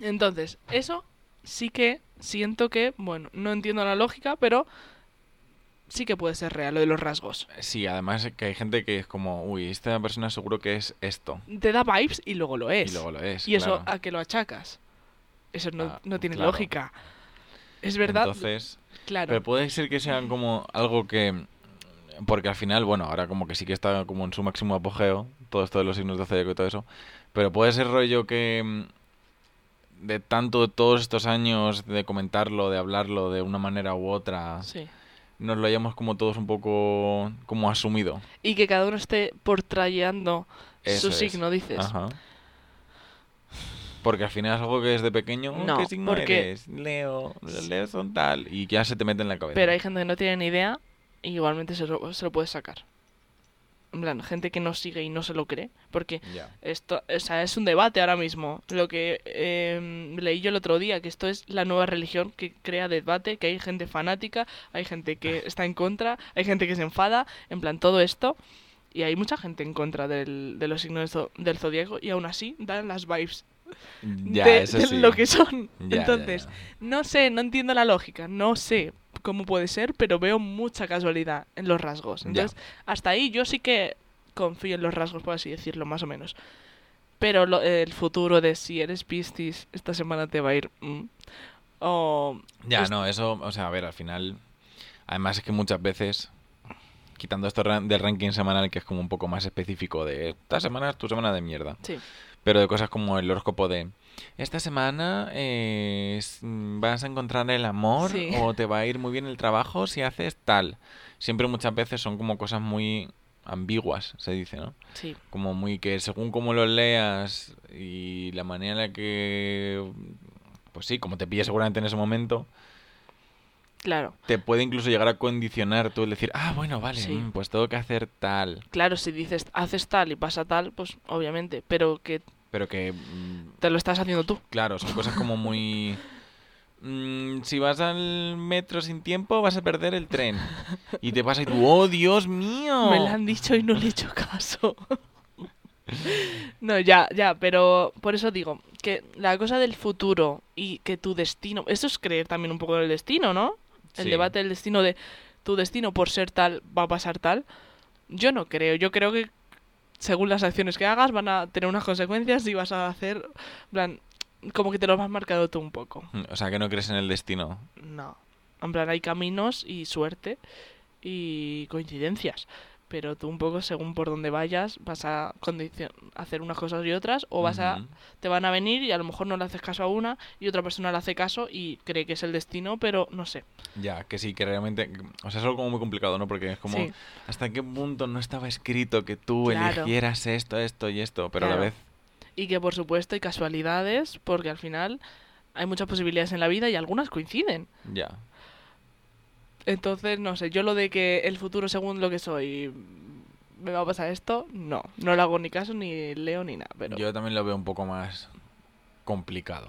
A: Entonces, eso sí que siento que, bueno, no entiendo la lógica, pero sí que puede ser real lo de los rasgos.
B: Sí, además que hay gente que es como, uy, esta persona seguro que es esto.
A: Te da vibes y luego lo es.
B: Y luego lo es.
A: Y eso ah,
B: claro.
A: a que lo achacas. Eso no,
B: Ah,
A: no tiene
B: claro.
A: lógica. Es verdad,
B: Entonces,
A: claro.
B: Pero puede ser que sean como algo que... Porque al final, bueno, ahora como que sí que está como en su máximo apogeo, todo esto de los signos de zodiaco y todo eso, pero puede ser rollo que mm, de tanto todos estos años de comentarlo, de hablarlo de una manera u otra,
A: Sí.
B: nos lo hayamos como todos un poco como asumido.
A: Y que cada uno esté portrayando
B: Eso
A: su
B: es.
A: signo, dices.
B: Ajá. Porque al final es algo que desde pequeño, "Oh,
A: No,
B: ¿qué signo
A: porque-
B: eres? Leo, los leos son tal, y pues ya se te mete en la cabeza.
A: Pero hay gente que no tiene ni idea y igualmente se lo, se lo puede sacar. En plan, gente que no sigue y no se lo cree. Porque
B: Ya.
A: esto o sea, es un debate ahora mismo. Lo que em, leí yo el otro día, que esto es la nueva religión que crea debate, que hay gente fanática, hay gente que está en contra, hay gente que se enfada, en plan todo esto. Y hay mucha gente en contra del, de los signos zo- del zodiaco y aún así dan las vibes
B: Ya,
A: de,
B: eso
A: de
B: sí.
A: lo que son.
B: Ya, ya,
A: Entonces,
B: ya.
A: no sé, no entiendo la lógica, no sé cómo puede ser, pero veo mucha casualidad en los rasgos.
B: Ya.
A: Entonces, hasta ahí yo sí que confío en los rasgos, por así decirlo, más o menos. Pero lo- el futuro de si eres Piscis, esta semana te va a ir... mm, o...
B: Ya,
A: Es-
B: no, eso, o sea, a ver, al final. Además es que muchas veces, quitando esto ran- del ranking semanal, que es como un poco más específico de esta semana es tu semana de mierda.
A: Sí,
B: pero de cosas como el horóscopo de esta semana eh, s- mm, vas a encontrar el amor
A: Sí.
B: o te va a ir muy bien el trabajo si haces tal. Siempre muchas veces son como cosas muy ambiguas, se dice, ¿no?
A: Sí.
B: Como muy que según cómo lo leas y la manera en la que... Pues sí, como te pilla seguramente en ese momento,
A: Claro.
B: te puede incluso llegar a condicionar tú el decir, ah, bueno, vale,
A: Sí.
B: mm, pues tengo que hacer tal.
A: Claro, si dices haces tal y pasa tal, pues obviamente, pero que
B: Pero que, mm,
A: te lo estás haciendo tú.
B: claro, son cosas como muy... mm, si vas al metro sin tiempo, vas a perder el tren. Y te pasa y tú, oh, Dios mío.
A: Me lo han dicho y no le he hecho caso. no, ya, ya, pero por eso digo que la cosa del futuro y que tu destino, eso es creer también un poco en el destino, ¿no? El
B: Sí.
A: debate del destino de tu destino por ser tal va a pasar tal. Yo no creo, yo creo que según las acciones que hagas van a tener unas consecuencias y vas a hacer, en plan, como que te lo has marcado tú un poco.
B: Mm, O sea, que no crees en el destino.
A: No. En plan, hay caminos y suerte y coincidencias. Pero tú un poco, según por donde vayas, vas a condicio- hacer unas cosas y otras, o vas a,
B: Ujú.
A: te van a venir y a lo mejor no le haces caso a una y otra persona le hace caso y cree que es el destino, pero no sé.
B: Ya, que sí, que realmente... O sea, es algo como muy complicado, ¿no? Porque es como...
A: Sí.
B: ¿Hasta qué punto no estaba escrito que tú
A: Claro.
B: eligieras esto, esto y esto? Pero a
A: Claro.
B: la vez...
A: Y que por supuesto hay casualidades, porque al final hay muchas posibilidades en la vida y algunas coinciden.
B: Ya.
A: Entonces, no sé, yo lo de que el futuro según lo que soy mm, me va a pasar esto, no. No le hago ni caso, ni leo, ni nada. Pero...
B: Yo también lo veo un poco más complicado.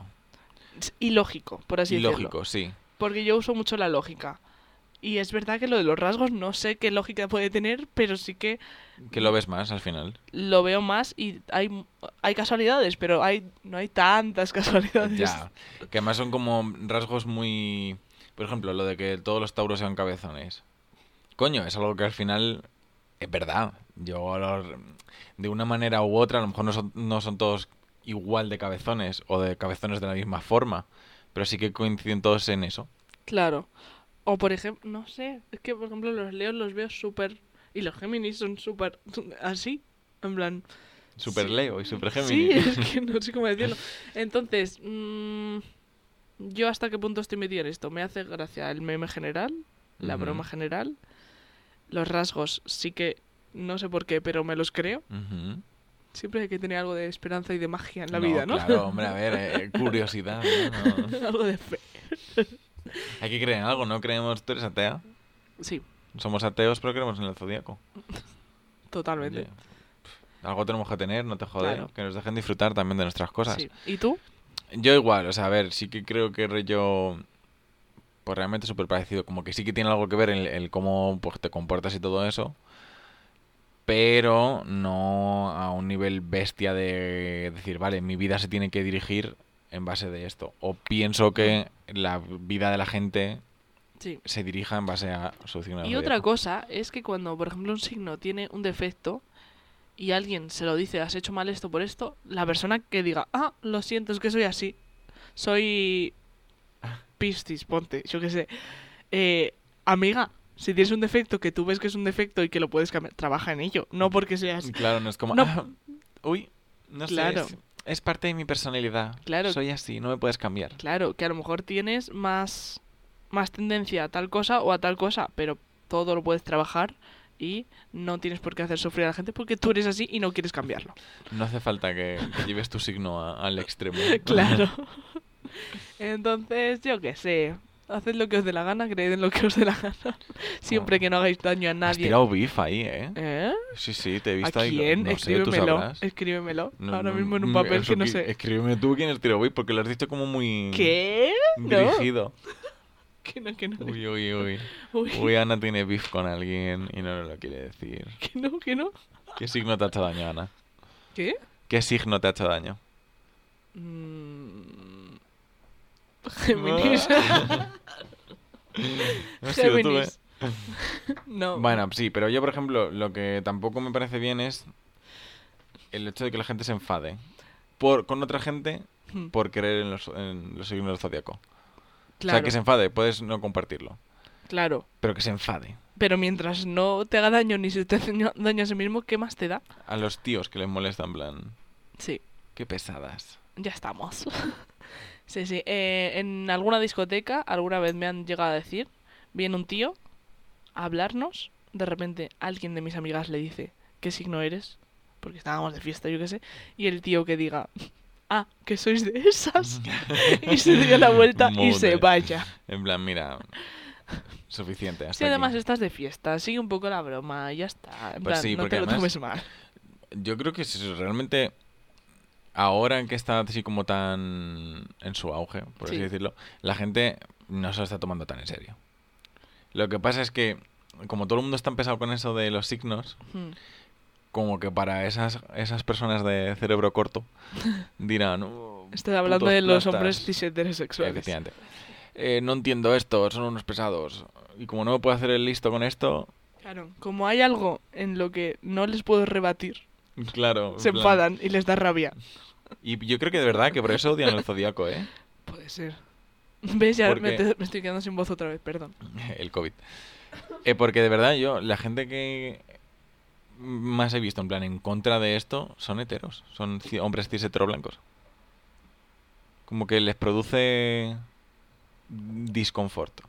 A: es ilógico, por así
B: Y
A: decirlo.
B: lógico, sí.
A: Porque yo uso mucho la lógica. Y es verdad que lo de los rasgos no sé qué lógica puede tener, pero sí que
B: Que lo ves más al final.
A: lo veo más y hay, hay casualidades, pero hay no hay tantas casualidades.
B: Ya. Que además son como rasgos muy... Por ejemplo, lo de que todos los tauros sean cabezones. Coño, es algo que al final es verdad. Yo lo- de una manera u otra, a lo mejor no son, no son todos igual de cabezones o de cabezones de la misma forma. Pero sí que coinciden todos en eso.
A: Claro. O por ejemplo, no sé, es que por ejemplo los leos los veo súper... Y los Géminis son súper así, en plan...
B: Super
A: Sí.
B: Leo y Super
A: Sí,
B: Géminis.
A: es que no sé cómo decirlo. Entonces, mm, yo hasta qué punto estoy metida en esto. Me hace gracia el meme general, la
B: Ujú.
A: broma general. Los rasgos sí que no sé por qué, pero me los creo.
B: Ujú.
A: Siempre hay que tener algo de esperanza y de magia en la vida, ¿no?
B: Claro, hombre, a ver, eh, curiosidad. ¿no? No.
A: algo de fe.
B: Hay que creer en algo, ¿no? Creemos, tú eres atea.
A: Sí,
B: Somos ateos, pero creemos en el zodíaco.
A: totalmente.
B: Oye, pff, Algo tenemos que tener, no te joder.
A: Claro.
B: Que nos dejen disfrutar también de nuestras cosas.
A: Sí. ¿Y tú?
B: Yo igual, o sea, a ver, sí que creo que rollo... Pues realmente súper parecido. Como que sí que tiene algo que ver el, el cómo pues, te comportas y todo eso. Pero no a un nivel bestia de decir, vale, mi vida se tiene que dirigir en base de esto. O pienso que la vida de la gente
A: Sí.
B: se dirija en base a su signo.
A: Y otra cosa es que cuando, por ejemplo, un signo tiene un defecto y alguien se lo dice, has hecho mal esto por esto, la persona que diga, ah, lo siento, es que soy así, soy pistis, ponte, yo qué sé, Eh, amiga, si tienes un defecto que tú ves que es un defecto y que lo puedes cambiar, trabaja en ello, no porque seas...
B: Claro, no es como...
A: No.
B: "Ah, uy, no
A: Claro.
B: sé, es, es parte de mi personalidad.
A: Claro.
B: Soy así, no me puedes cambiar.
A: Claro, que a lo mejor tienes más, más tendencia a tal cosa o a tal cosa, pero todo lo puedes trabajar y no tienes por qué hacer sufrir a la gente porque tú eres así y no quieres cambiarlo.
B: No hace falta que, que lleves tu signo a- al extremo.
A: Claro. Entonces, yo qué sé. Haced lo que os dé la gana, creed en lo que os dé la gana. Siempre que no hagáis daño a
B: Has
A: nadie.
B: tirado beef ahí, ¿eh?
A: ¿Eh?
B: Sí, sí, te he
A: ¿A
B: visto ahí.
A: quién?
B: No sé, tú
A: escríbemelo.
B: sabrás.
A: escríbemelo.
B: No,
A: Ahora
B: no,
A: mismo en un
B: mm,
A: papel
B: eso
A: que no
B: qui-
A: sé.
B: Escríbeme tú quién has tirado beef, porque lo has dicho como muy
A: ¿Qué? No.
B: dirigido.
A: Que no, que no.
B: Uy, uy, uy.
A: Uy,
B: Uy, Ana tiene beef con alguien y no nos lo quiere decir.
A: que no, que no.
B: ¿Qué signo te ha hecho daño, Ana?
A: ¿Qué?
B: ¿Qué signo te ha hecho daño?
A: Mm. Géminis.
B: Ah. No has sido tú, ¿eh?
A: Géminis. No.
B: Bueno, sí, pero yo, por ejemplo, lo que tampoco me parece bien es el hecho de que la gente se enfade por, con otra gente
A: Mm,
B: por creer en los, en los signos del zodiaco. O pues, sea,
A: Claro,
B: que se enfade, puedes no compartirlo,
A: claro.
B: pero que se enfade.
A: Pero mientras no te haga daño ni se te hace daño a sí mismo, ¿qué más te da?
B: A los tíos que les molesta, en plan,
A: Sí.
B: que Qué pesadas.
A: Ya estamos. sí, sí. Eh, en alguna discoteca, alguna vez me han llegado a decir, viene un tío a hablarnos. De repente, alguien de mis amigas le dice, ¿qué signo eres? Porque estábamos de fiesta, yo qué sé. Y el tío que diga, ah, que sois de esas. y se dio la vuelta y se
B: Madre.
A: vaya.
B: En plan, mira, suficiente. Hasta
A: Si además
B: aquí.
A: estás de fiesta, sigue un poco la broma, ya está. En
B: Pues
A: plan,
B: sí,
A: no
B: porque
A: te lo
B: además-
A: tomes mal.
B: Yo creo que es eso, realmente ahora en que está así como tan en su auge, por
A: Sí.
B: así decirlo, la gente no se lo está tomando tan en serio. Lo que pasa es que como todo el mundo está empezado con eso de los signos,
A: Mm.
B: como que para esas, esas personas de cerebro corto dirán... "Oh,
A: Estás hablando
B: putos
A: de los
B: plastas".
A: hombres cis heterosexuales.
B: Efectivamente. Eh, no entiendo esto, son unos pesados. Y como no me puedo hacer el listo con esto,
A: Claro, como hay algo en lo que no les puedo rebatir,
B: claro. en
A: se
B: plan-
A: enfadan y les da rabia.
B: Y yo creo que de verdad que por eso odian el zodiaco, ¿eh?
A: Puede ser. ¿Ves? Ya me,
B: Porque-
A: te- me estoy quedando sin voz otra vez, perdón.
B: El COVID. Eh, porque de verdad yo, la gente que más he visto en plan en contra de esto son heteros, son ci- hombres cis hetero blancos. Como que les produce disconfort,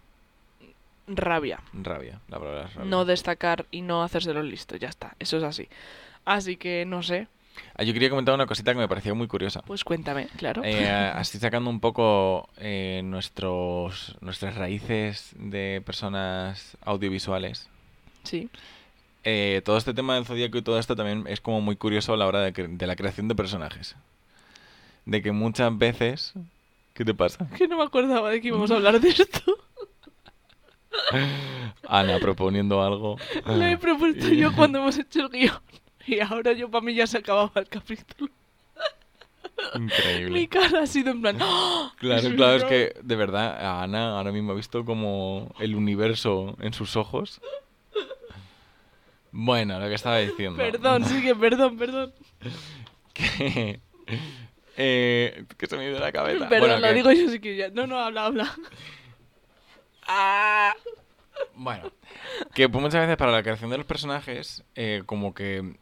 A: Rabia.
B: rabia, la palabra es rabia.
A: No destacar y no hacérselo listo, ya está. Eso es así. Así que no sé,
B: Ah, yo quería comentar una cosita que me pareció muy curiosa.
A: pues cuéntame, claro.
B: Eh, así sacando un poco eh, nuestros, nuestras raíces de personas audiovisuales.
A: Sí,
B: Eh, todo este tema del zodíaco y todo esto también es como muy curioso a la hora de, cre- de la creación de personajes. De que muchas veces... ¿Qué te pasa?
A: que no me acordaba de que íbamos a hablar de esto.
B: Ana proponiendo algo.
A: Lo he propuesto yo cuando hemos hecho el guión. Y ahora yo para mí ya se acababa el capítulo. Mi
B: Ah, Increíble.
A: cara ha sido en plan... ¡Ah!
B: Claro,
A: Es
B: claro, es
A: verdad.
B: que de verdad a Ana ahora mismo ha visto como el universo en sus ojos. Bueno, lo que estaba diciendo.
A: Perdón, sigue, perdón, perdón.
B: que, eh, que se me ha ido la cabeza.
A: Perdón,
B: bueno,
A: lo
B: que-
A: digo yo sí que ya. No, no, habla, habla. Ah,
B: Bueno, que pues, muchas veces para la creación de los personajes, eh, como que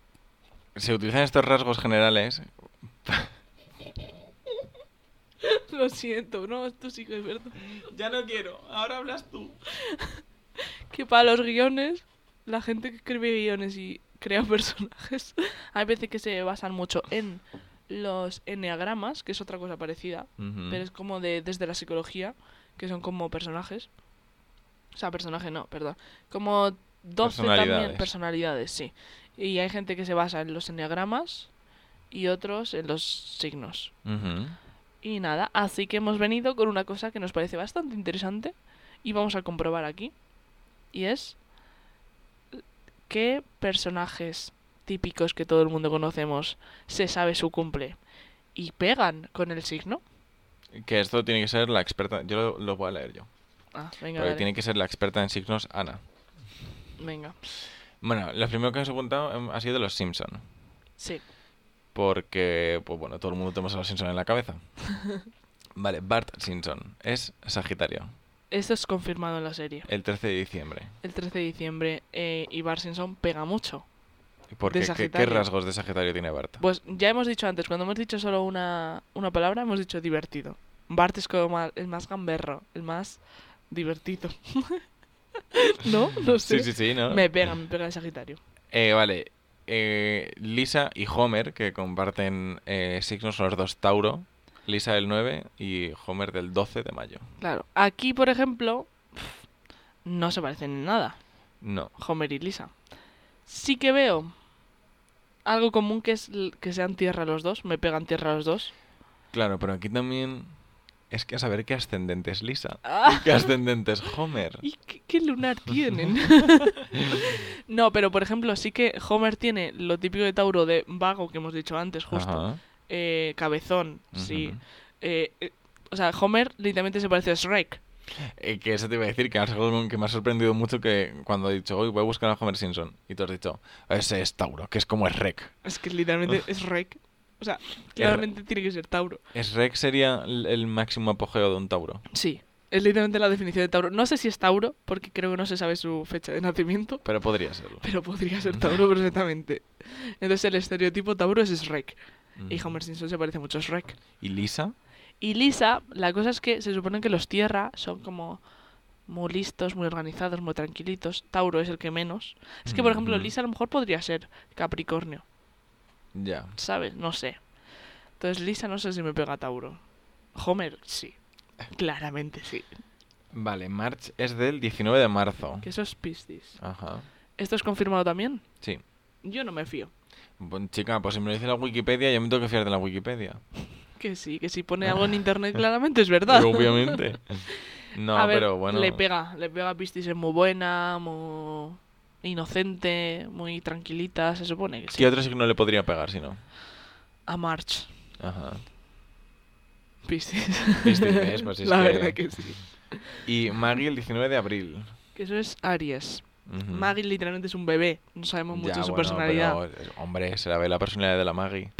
B: se utilizan estos rasgos generales.
A: lo siento, no, esto sí que es verdad.
B: Ya no quiero, ahora hablas tú.
A: Que para los guiones, la gente que escribe guiones y crea personajes, hay veces que se basan mucho en los enneagramas, que es otra cosa parecida,
B: Mm.
A: pero es como de desde la psicología, que son como personajes. O sea, personaje no, perdón. Como 12 también
B: Personalidades.
A: personalidades, sí. Y hay gente que se basa en los enneagramas y otros en los signos. Y nada, así que hemos venido con una cosa que nos parece bastante interesante y vamos a comprobar aquí. Y es eh, qué personajes típicos que todo el mundo conocemos se sabe su cumple y pegan con el signo.
B: Que esto tiene que ser la experta. Yo lo, lo voy a leer yo.
A: Ah, venga,
B: Porque
A: dale.
B: tiene que ser la experta en signos Ana.
A: venga.
B: Bueno, lo primero que nos he apuntado em, ha sido de los Simpson.
A: Sí,
B: Porque, pues bueno, todo el mundo tenemos a los Simpson en la cabeza. Vale, Bart Simpson es Sagitario,
A: esto es confirmado en la serie.
B: el 13 de diciembre.
A: El 13 de diciembre eh, y Bart Simpson pega mucho.
B: ¿Por
A: De
B: qué? ¿Qué, qué
A: Sagitario.
B: rasgos de Sagitario tiene Bart?
A: Pues ya hemos dicho antes, cuando hemos dicho solo una, una palabra, hemos dicho divertido. Bart es como ma- el más gamberro, el más divertido. ¿No? No sé.
B: Sí, sí, sí, ¿no?
A: Me pega, me pega el Sagitario.
B: Eh, vale. Eh, Lisa y Homer, que comparten eh, signos, son los dos Tauro. Lisa del 9 y Homer del 12 de mayo.
A: Claro. Aquí, por ejemplo, pf, no se parecen en nada,
B: No.
A: Homer y Lisa. Sí que veo algo común que es l- que sean tierra los dos, me pegan tierra los dos.
B: Claro, pero aquí también es que a saber qué ascendente es Lisa. ¿Qué ascendente es Homer?
A: ¿Y qué, qué lunar tienen? no, pero por ejemplo, sí que Homer tiene lo típico de Tauro de vago que hemos dicho antes, justo.
B: Ajá,
A: Eh, cabezón, sí.
B: ujú.
A: Eh, eh, o sea, Homer literalmente se parece a Shrek.
B: Eh, que eso te iba a decir, que algo que me ha sorprendido mucho que cuando he dicho, hoy voy a buscar a Homer Simpson, y tú has dicho, ese es Tauro, que es como es Rec.
A: Es que literalmente es Shrek. O
B: Er
A: sea, claramente tiene que ser Tauro.
B: Es Rec sería el el máximo apogeo de un Tauro.
A: Sí, es literalmente la definición de Tauro. No sé si es Tauro, porque creo que no se sabe su fecha de nacimiento,
B: Pero podría serlo.
A: pero podría ser Tauro perfectamente. Entonces el estereotipo Tauro es Shrek. Y Homer Simpson se parece mucho a Shrek.
B: ¿Y Lisa?
A: Y Lisa, la cosa es que se supone que los tierra son como muy listos, muy organizados, muy tranquilitos. Tauro es el que menos. Es que, por ejemplo,
B: Ujú.
A: Lisa a lo mejor podría ser Capricornio,
B: Ya.
A: ¿sabes? No sé. Entonces, Lisa no sé si me pega a Tauro. Homer, sí. Claramente sí.
B: Vale, March es del 19 de marzo.
A: Que eso es Piscis.
B: Ajá.
A: ¿Esto es confirmado también?
B: Sí.
A: Yo no me fío.
B: Bueno, chica, pues si me lo dice la Wikipedia, yo me tengo que fiar de la Wikipedia.
A: Que sí, que si pone algo en internet claramente es verdad.
B: Obviamente. No,
A: a ver,
B: pero bueno.
A: Le pega, le pega a Piscis, es muy buena, muy inocente, muy tranquilita, se supone que sí.
B: ¿Qué otro signo le podría pegar si no?
A: A March,
B: Ajá.
A: Piscis.
B: Piscis, ¿ves? Pues es
A: La
B: que-
A: verdad que sí.
B: Y Maggie el 19 de abril.
A: Que eso es Aries.
B: Ujú.
A: Maggie literalmente es un bebé, no sabemos mucho
B: Mm. Ya,
A: de su
B: bueno,
A: personalidad. Pero...
B: pero, eh, hombre, se la ve la personalidad de la Maggie.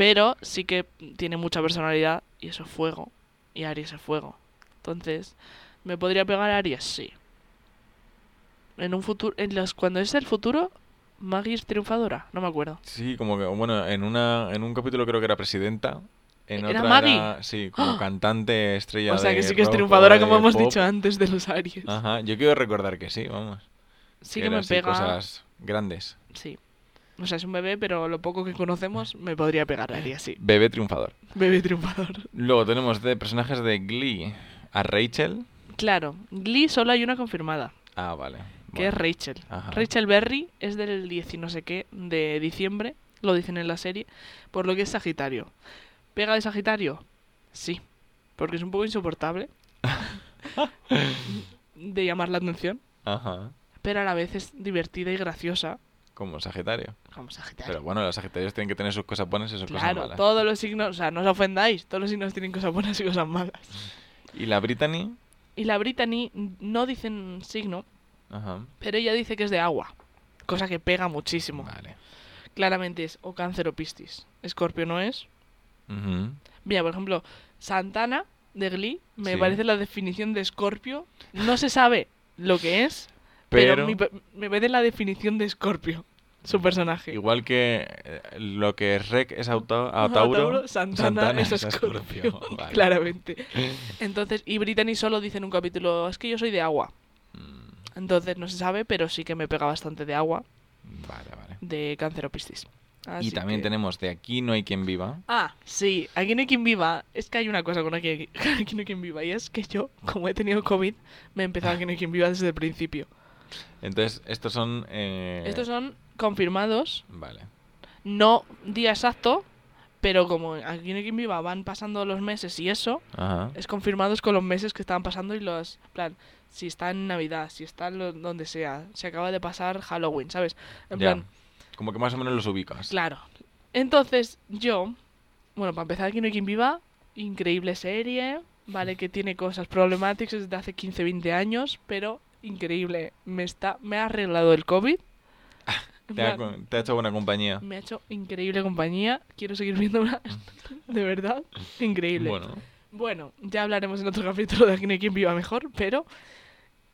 A: sí que tiene mucha personalidad y eso es fuego. Y Aries es fuego. Entonces, ¿me podría pegar a Aries? Sí. En un futuro, en los, cuando es el futuro, Maggie es triunfadora, no me acuerdo.
B: Sí, como que, bueno, en una en un capítulo creo que era presidenta. En
A: ¿Era
B: otra
A: Maggie?
B: era, sí, como
A: ¡Ah!
B: cantante estrella
A: O sea que
B: de
A: sí que es
B: rock o
A: triunfadora,
B: de
A: como hemos
B: pop.
A: dicho antes, de los Aries.
B: Ajá, yo quiero recordar que sí, vamos.
A: sí que me
B: eran así
A: pega.
B: cosas grandes.
A: Sí. O sea, es un bebé, pero lo poco que conocemos me podría pegar Aries, sí.
B: Bebé triunfador.
A: Bebé triunfador.
B: Luego tenemos de personajes de Glee a Rachel.
A: Claro, Glee solo hay una confirmada,
B: Ah, vale.
A: que es
B: bueno,
A: Rachel.
B: ajá.
A: Rachel Berry es del 10 y no sé qué de diciembre, lo dicen en la serie, por lo que es Sagitario. ¿Pega de Sagitario? Sí, porque es un poco insoportable de llamar la atención,
B: Ajá.
A: pero a la vez es divertida y graciosa.
B: Como Sagitario.
A: Como Sagitario.
B: Pero bueno, los Sagitarios tienen que tener sus cosas buenas y sus
A: Claro,
B: cosas malas.
A: todos los signos, o sea, no os ofendáis, todos los signos tienen cosas buenas y cosas malas.
B: Y la Brittany.
A: Y la Brittany no dicen signo,
B: Ajá.
A: pero ella dice que es de agua, cosa que pega muchísimo.
B: Vale.
A: Claramente es o cáncer o piscis. Escorpio no es.
B: Ujú.
A: Mira, por ejemplo, Santana de Glee me
B: Sí.
A: parece la definición de escorpio. No se sabe lo que es, pero, mi- me parece la definición de escorpio, su personaje.
B: Igual que eh, lo que es Rec es auto, a
A: Ajá,
B: Tauro,
A: Tauro, Santana, es
B: a
A: escorpio.
B: Vale.
A: Claramente. Entonces, y Brittany solo dice en un capítulo, es que yo soy de agua.
B: Mm,
A: Entonces no se sabe, pero sí que me pega bastante de agua,
B: Vale, vale.
A: de cáncer o piscis.
B: y
A: Así
B: también
A: que-
B: tenemos de aquí no hay quien viva.
A: Ah, sí, aquí no hay quien viva. Es que hay una cosa con aquí, aquí no hay quien viva, y es que yo, como he tenido COVID, me he empezado aquí no hay quien viva desde el principio.
B: Entonces, estos son... eh,
A: Estos son confirmados,
B: Vale.
A: no día exacto, pero como aquí no hay quien viva van pasando los meses y eso,
B: Ajá.
A: es confirmados con los meses que estaban pasando y los plan si está en Navidad, si está en lo- donde sea, se acaba de pasar Halloween, ¿sabes? En
B: Ya.
A: plan,
B: Como que más o menos los ubicas.
A: claro. Entonces, yo, bueno, para empezar aquí no hay quien viva, increíble serie, vale que tiene cosas problemáticas desde hace 15, 20 años, pero increíble, me está me ha arreglado el COVID. En
B: Ah, Te ha,
A: plan,
B: co- te ha hecho buena compañía.
A: me ha hecho increíble compañía, quiero seguir viéndola, de verdad, increíble.
B: Mm. Bueno.
A: Bueno, ya hablaremos en otro capítulo de Aquí no hay quien viva mejor, pero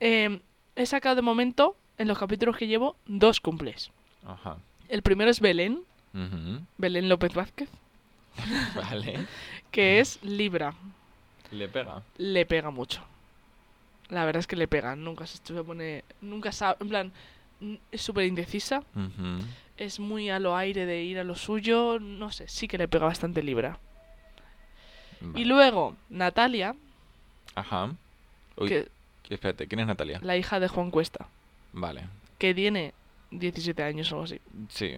A: eh, he sacado de momento, en los capítulos que llevo, dos cumples.
B: Ajá.
A: El primero es Belén,
B: Ujú.
A: Belén López Vázquez,
B: Vale.
A: que es Libra.
B: Le pega.
A: Le pega mucho. La verdad es que le pega, nunca se se pone, nunca sabe, en plan, n- es súper indecisa,
B: Ujú.
A: es muy a lo aire de ir a lo suyo, no sé, sí que le pega bastante Libra.
B: Vale.
A: Y luego, Natalia,
B: Ajá. Uy,
A: que
B: espérate, ¿quién es Natalia?
A: la hija de Juan Cuesta,
B: Vale.
A: que tiene 17 años o algo así.
B: Sí.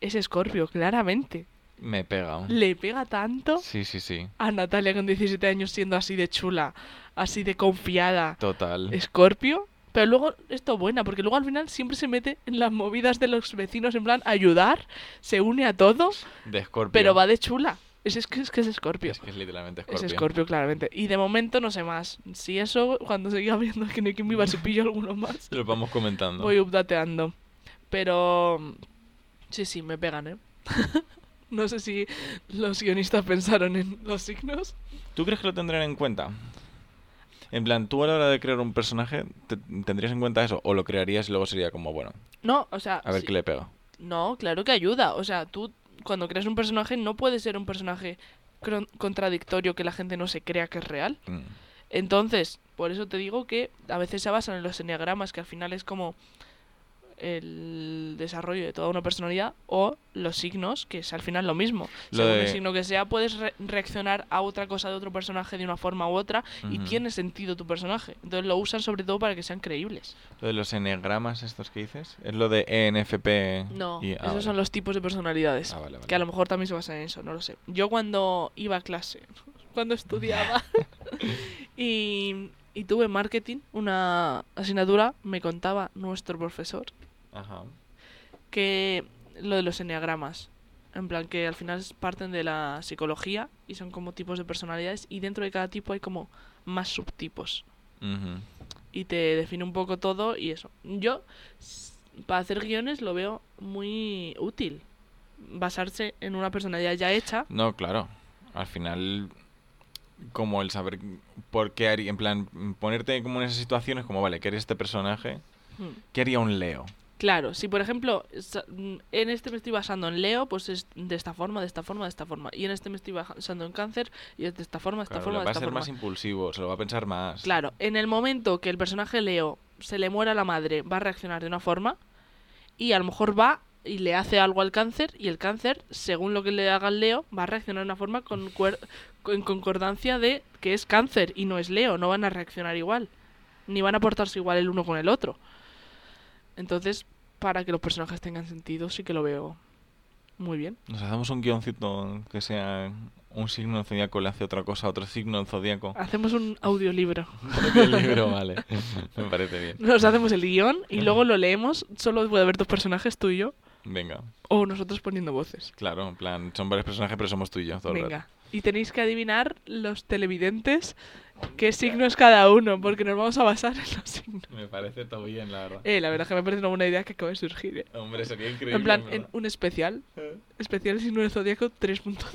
A: es Escorpio, claramente.
B: Me pega.
A: Le pega tanto
B: Sí, sí, sí.
A: a Natalia con 17 años siendo así de chula, así de confiada.
B: Total.
A: Escorpio. Pero luego, esto buena, porque luego al final siempre se mete en las movidas de los vecinos, en plan, ayudar, se une a todo,
B: De Escorpio.
A: pero va de chula. Es, es que es que es Escorpio.
B: Es que es literalmente
A: Es
B: Escorpio.
A: Escorpio, claramente. Y de momento no sé más. Si eso, cuando siga viendo que no hay quien viva, si pillo alguno más,
B: Lo vamos comentando.
A: voy updateando. Pero. mm, Sí, sí, me pegan, ¿eh? no sé si los guionistas pensaron en los signos.
B: ¿Tú crees que lo tendrán en cuenta? En plan, tú a la hora de crear un personaje, te- ¿tendrías en cuenta eso? ¿O lo crearías y luego sería como, bueno,
A: No, o sea.
B: a ver
A: sí-
B: qué le pega?
A: No, claro que ayuda. O sea, tú. cuando creas un personaje no puede ser un personaje cron- contradictorio que la gente no se crea que es real.
B: Mm.
A: Entonces, por eso te digo que a veces se basan en los enneagramas, que al final es como el desarrollo de toda una personalidad, o los signos, que es al final lo mismo.
B: Lo
A: Según el
B: de-
A: signo que sea, puedes re- reaccionar a otra cosa de otro personaje de una forma u otra y
B: Ujú.
A: tiene sentido tu personaje. Entonces lo usan sobre todo para que sean creíbles.
B: Lo de los enegramas estos que dices, es lo de E ENFP.
A: No,
B: y- ah,
A: esos
B: vale.
A: son los tipos de personalidades.
B: Ah, vale, vale.
A: Que a lo mejor también se basa en eso, no lo sé. Yo cuando iba a clase, cuando estudiaba y, y tuve marketing, una asignatura, me contaba nuestro profesor
B: Ajá.
A: que lo de los enneagramas. En plan, que al final parten de la psicología y son como tipos de personalidades y dentro de cada tipo hay como más subtipos.
B: Ujú.
A: Y te define un poco todo y eso. Yo, s- para hacer guiones, lo veo muy útil. Basarse en una personalidad ya hecha.
B: No, claro. Al final, como el saber por qué haría. En plan, ponerte como en esas situaciones, como vale, que eres este personaje?
A: Hmm.
B: ¿Qué haría un Leo?
A: Claro, si por ejemplo sa- mm, en este me estoy basando en Leo, pues es de esta forma, de esta forma, de esta forma. Y en este me estoy basando en cáncer y es de esta forma, de esta
B: Claro,
A: forma,
B: le
A: de
B: va a
A: esta
B: ser
A: forma.
B: más impulsivo, se lo va a pensar más.
A: Claro, en el momento que el personaje Leo se le muera la madre, va a reaccionar de una forma y a lo mejor va y le hace algo al cáncer y el cáncer, según lo que le haga al Leo, va a reaccionar de una forma con cuer- con- en concordancia de que es cáncer y no es Leo, no van a reaccionar igual, ni van a portarse igual el uno con el otro. Entonces, para que los personajes tengan sentido, sí que lo veo muy bien.
B: Nos hacemos un guioncito que sea un signo del zodíaco le hace otra cosa, a otro signo del zodíaco.
A: Hacemos un audiolibro.
B: el libro, vale. Me parece bien.
A: Nos hacemos el guión y luego lo leemos, solo puede haber dos personajes, tú y yo.
B: Venga,
A: O nosotros poniendo voces.
B: claro, en plan, son varios personajes, pero somos tú y yo. Todo el rato.
A: Venga. Y tenéis que adivinar los televidentes qué signo es cada uno, porque nos vamos a basar en los signos.
B: Me parece todo bien, la verdad.
A: Eh, la verdad es que me parece una buena idea que acaba de surgir. eh.
B: Hombre, sería increíble. Eh.
A: En plan, en
B: ¿verdad?
A: un especial. Especial signo del zodiaco 3.0.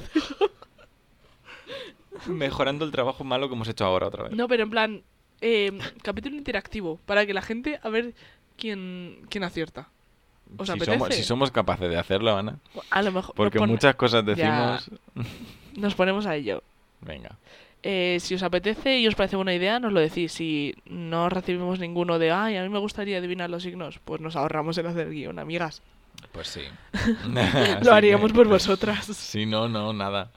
B: Mejorando el trabajo malo que hemos hecho ahora otra vez.
A: No, pero en plan, eh, capítulo interactivo, para que la gente a ver quién, quién acierta. ¿Os
B: si,
A: apetece?
B: somos, si somos capaces de hacerlo, Ana,
A: A lo mejor nos
B: porque
A: pone-
B: muchas cosas
A: Ya.
B: decimos.
A: nos ponemos a ello.
B: Venga,
A: Eh, si os apetece y os parece buena idea, nos lo decís. Si no recibimos ninguno de, ay, a mí me gustaría adivinar los signos, pues nos ahorramos el hacer guión, amigas.
B: pues sí.
A: lo haríamos por vosotras. Eh.
B: Sí, no, no, nada.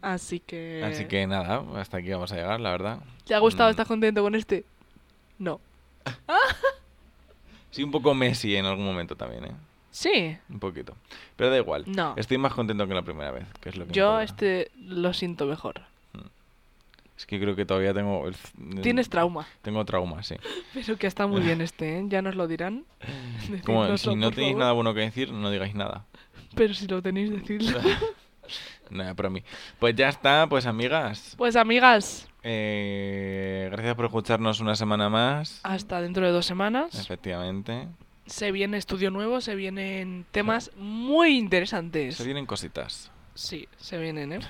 A: Así que...
B: Así que nada, hasta aquí vamos a llegar, la verdad.
A: ¿Te ha gustado?
B: Mm.
A: ¿Estás contento con este? No.
B: Sí, un poco Messi en algún momento también, ¿eh?
A: Sí.
B: Un poquito. Pero da igual.
A: No.
B: Estoy más contento que la primera vez, que es lo que
A: Yo
B: importa.
A: este lo siento mejor.
B: Es que creo que todavía tengo... el-
A: Tienes trauma.
B: Tengo trauma, sí.
A: Pero que está muy bien este, ¿eh? Ya nos lo dirán.
B: Como,
A: Decídnoslo,
B: si no
A: por
B: tenéis
A: favor.
B: nada bueno que decir, no digáis nada.
A: Pero si lo tenéis, decidlo.
B: Nada, para mí. Pues ya está, pues amigas.
A: Pues amigas,
B: Eh, gracias por escucharnos una semana más.
A: hasta dentro de dos semanas.
B: Efectivamente.
A: Se viene estudio nuevo, se vienen temas muy interesantes.
B: Se vienen cositas.
A: Sí, se vienen, ¿eh?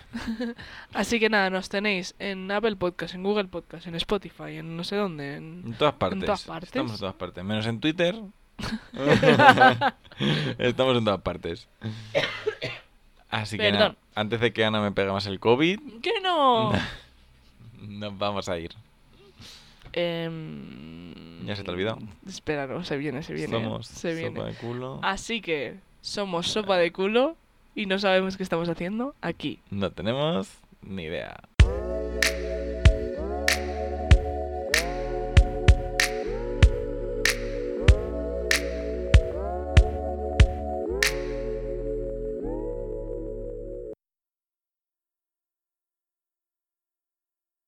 A: Así que nada, nos tenéis en Apple Podcast, en Google Podcast, en Spotify, en no sé dónde. en-
B: En todas partes.
A: todas partes?
B: Estamos en todas partes. Menos en Twitter. Estamos en todas partes. Así que nada,
A: Perdón.
B: antes de que Ana me pegue más el COVID,
A: ¡Que no!
B: nos vamos a ir.
A: Em,
B: Ya se te ha olvidado.
A: Espera, no, se viene, se viene.
B: Somos
A: se viene. Ah.
B: sopa de culo.
A: Así que somos sopa de culo y no sabemos qué estamos haciendo aquí.
B: No tenemos ni idea.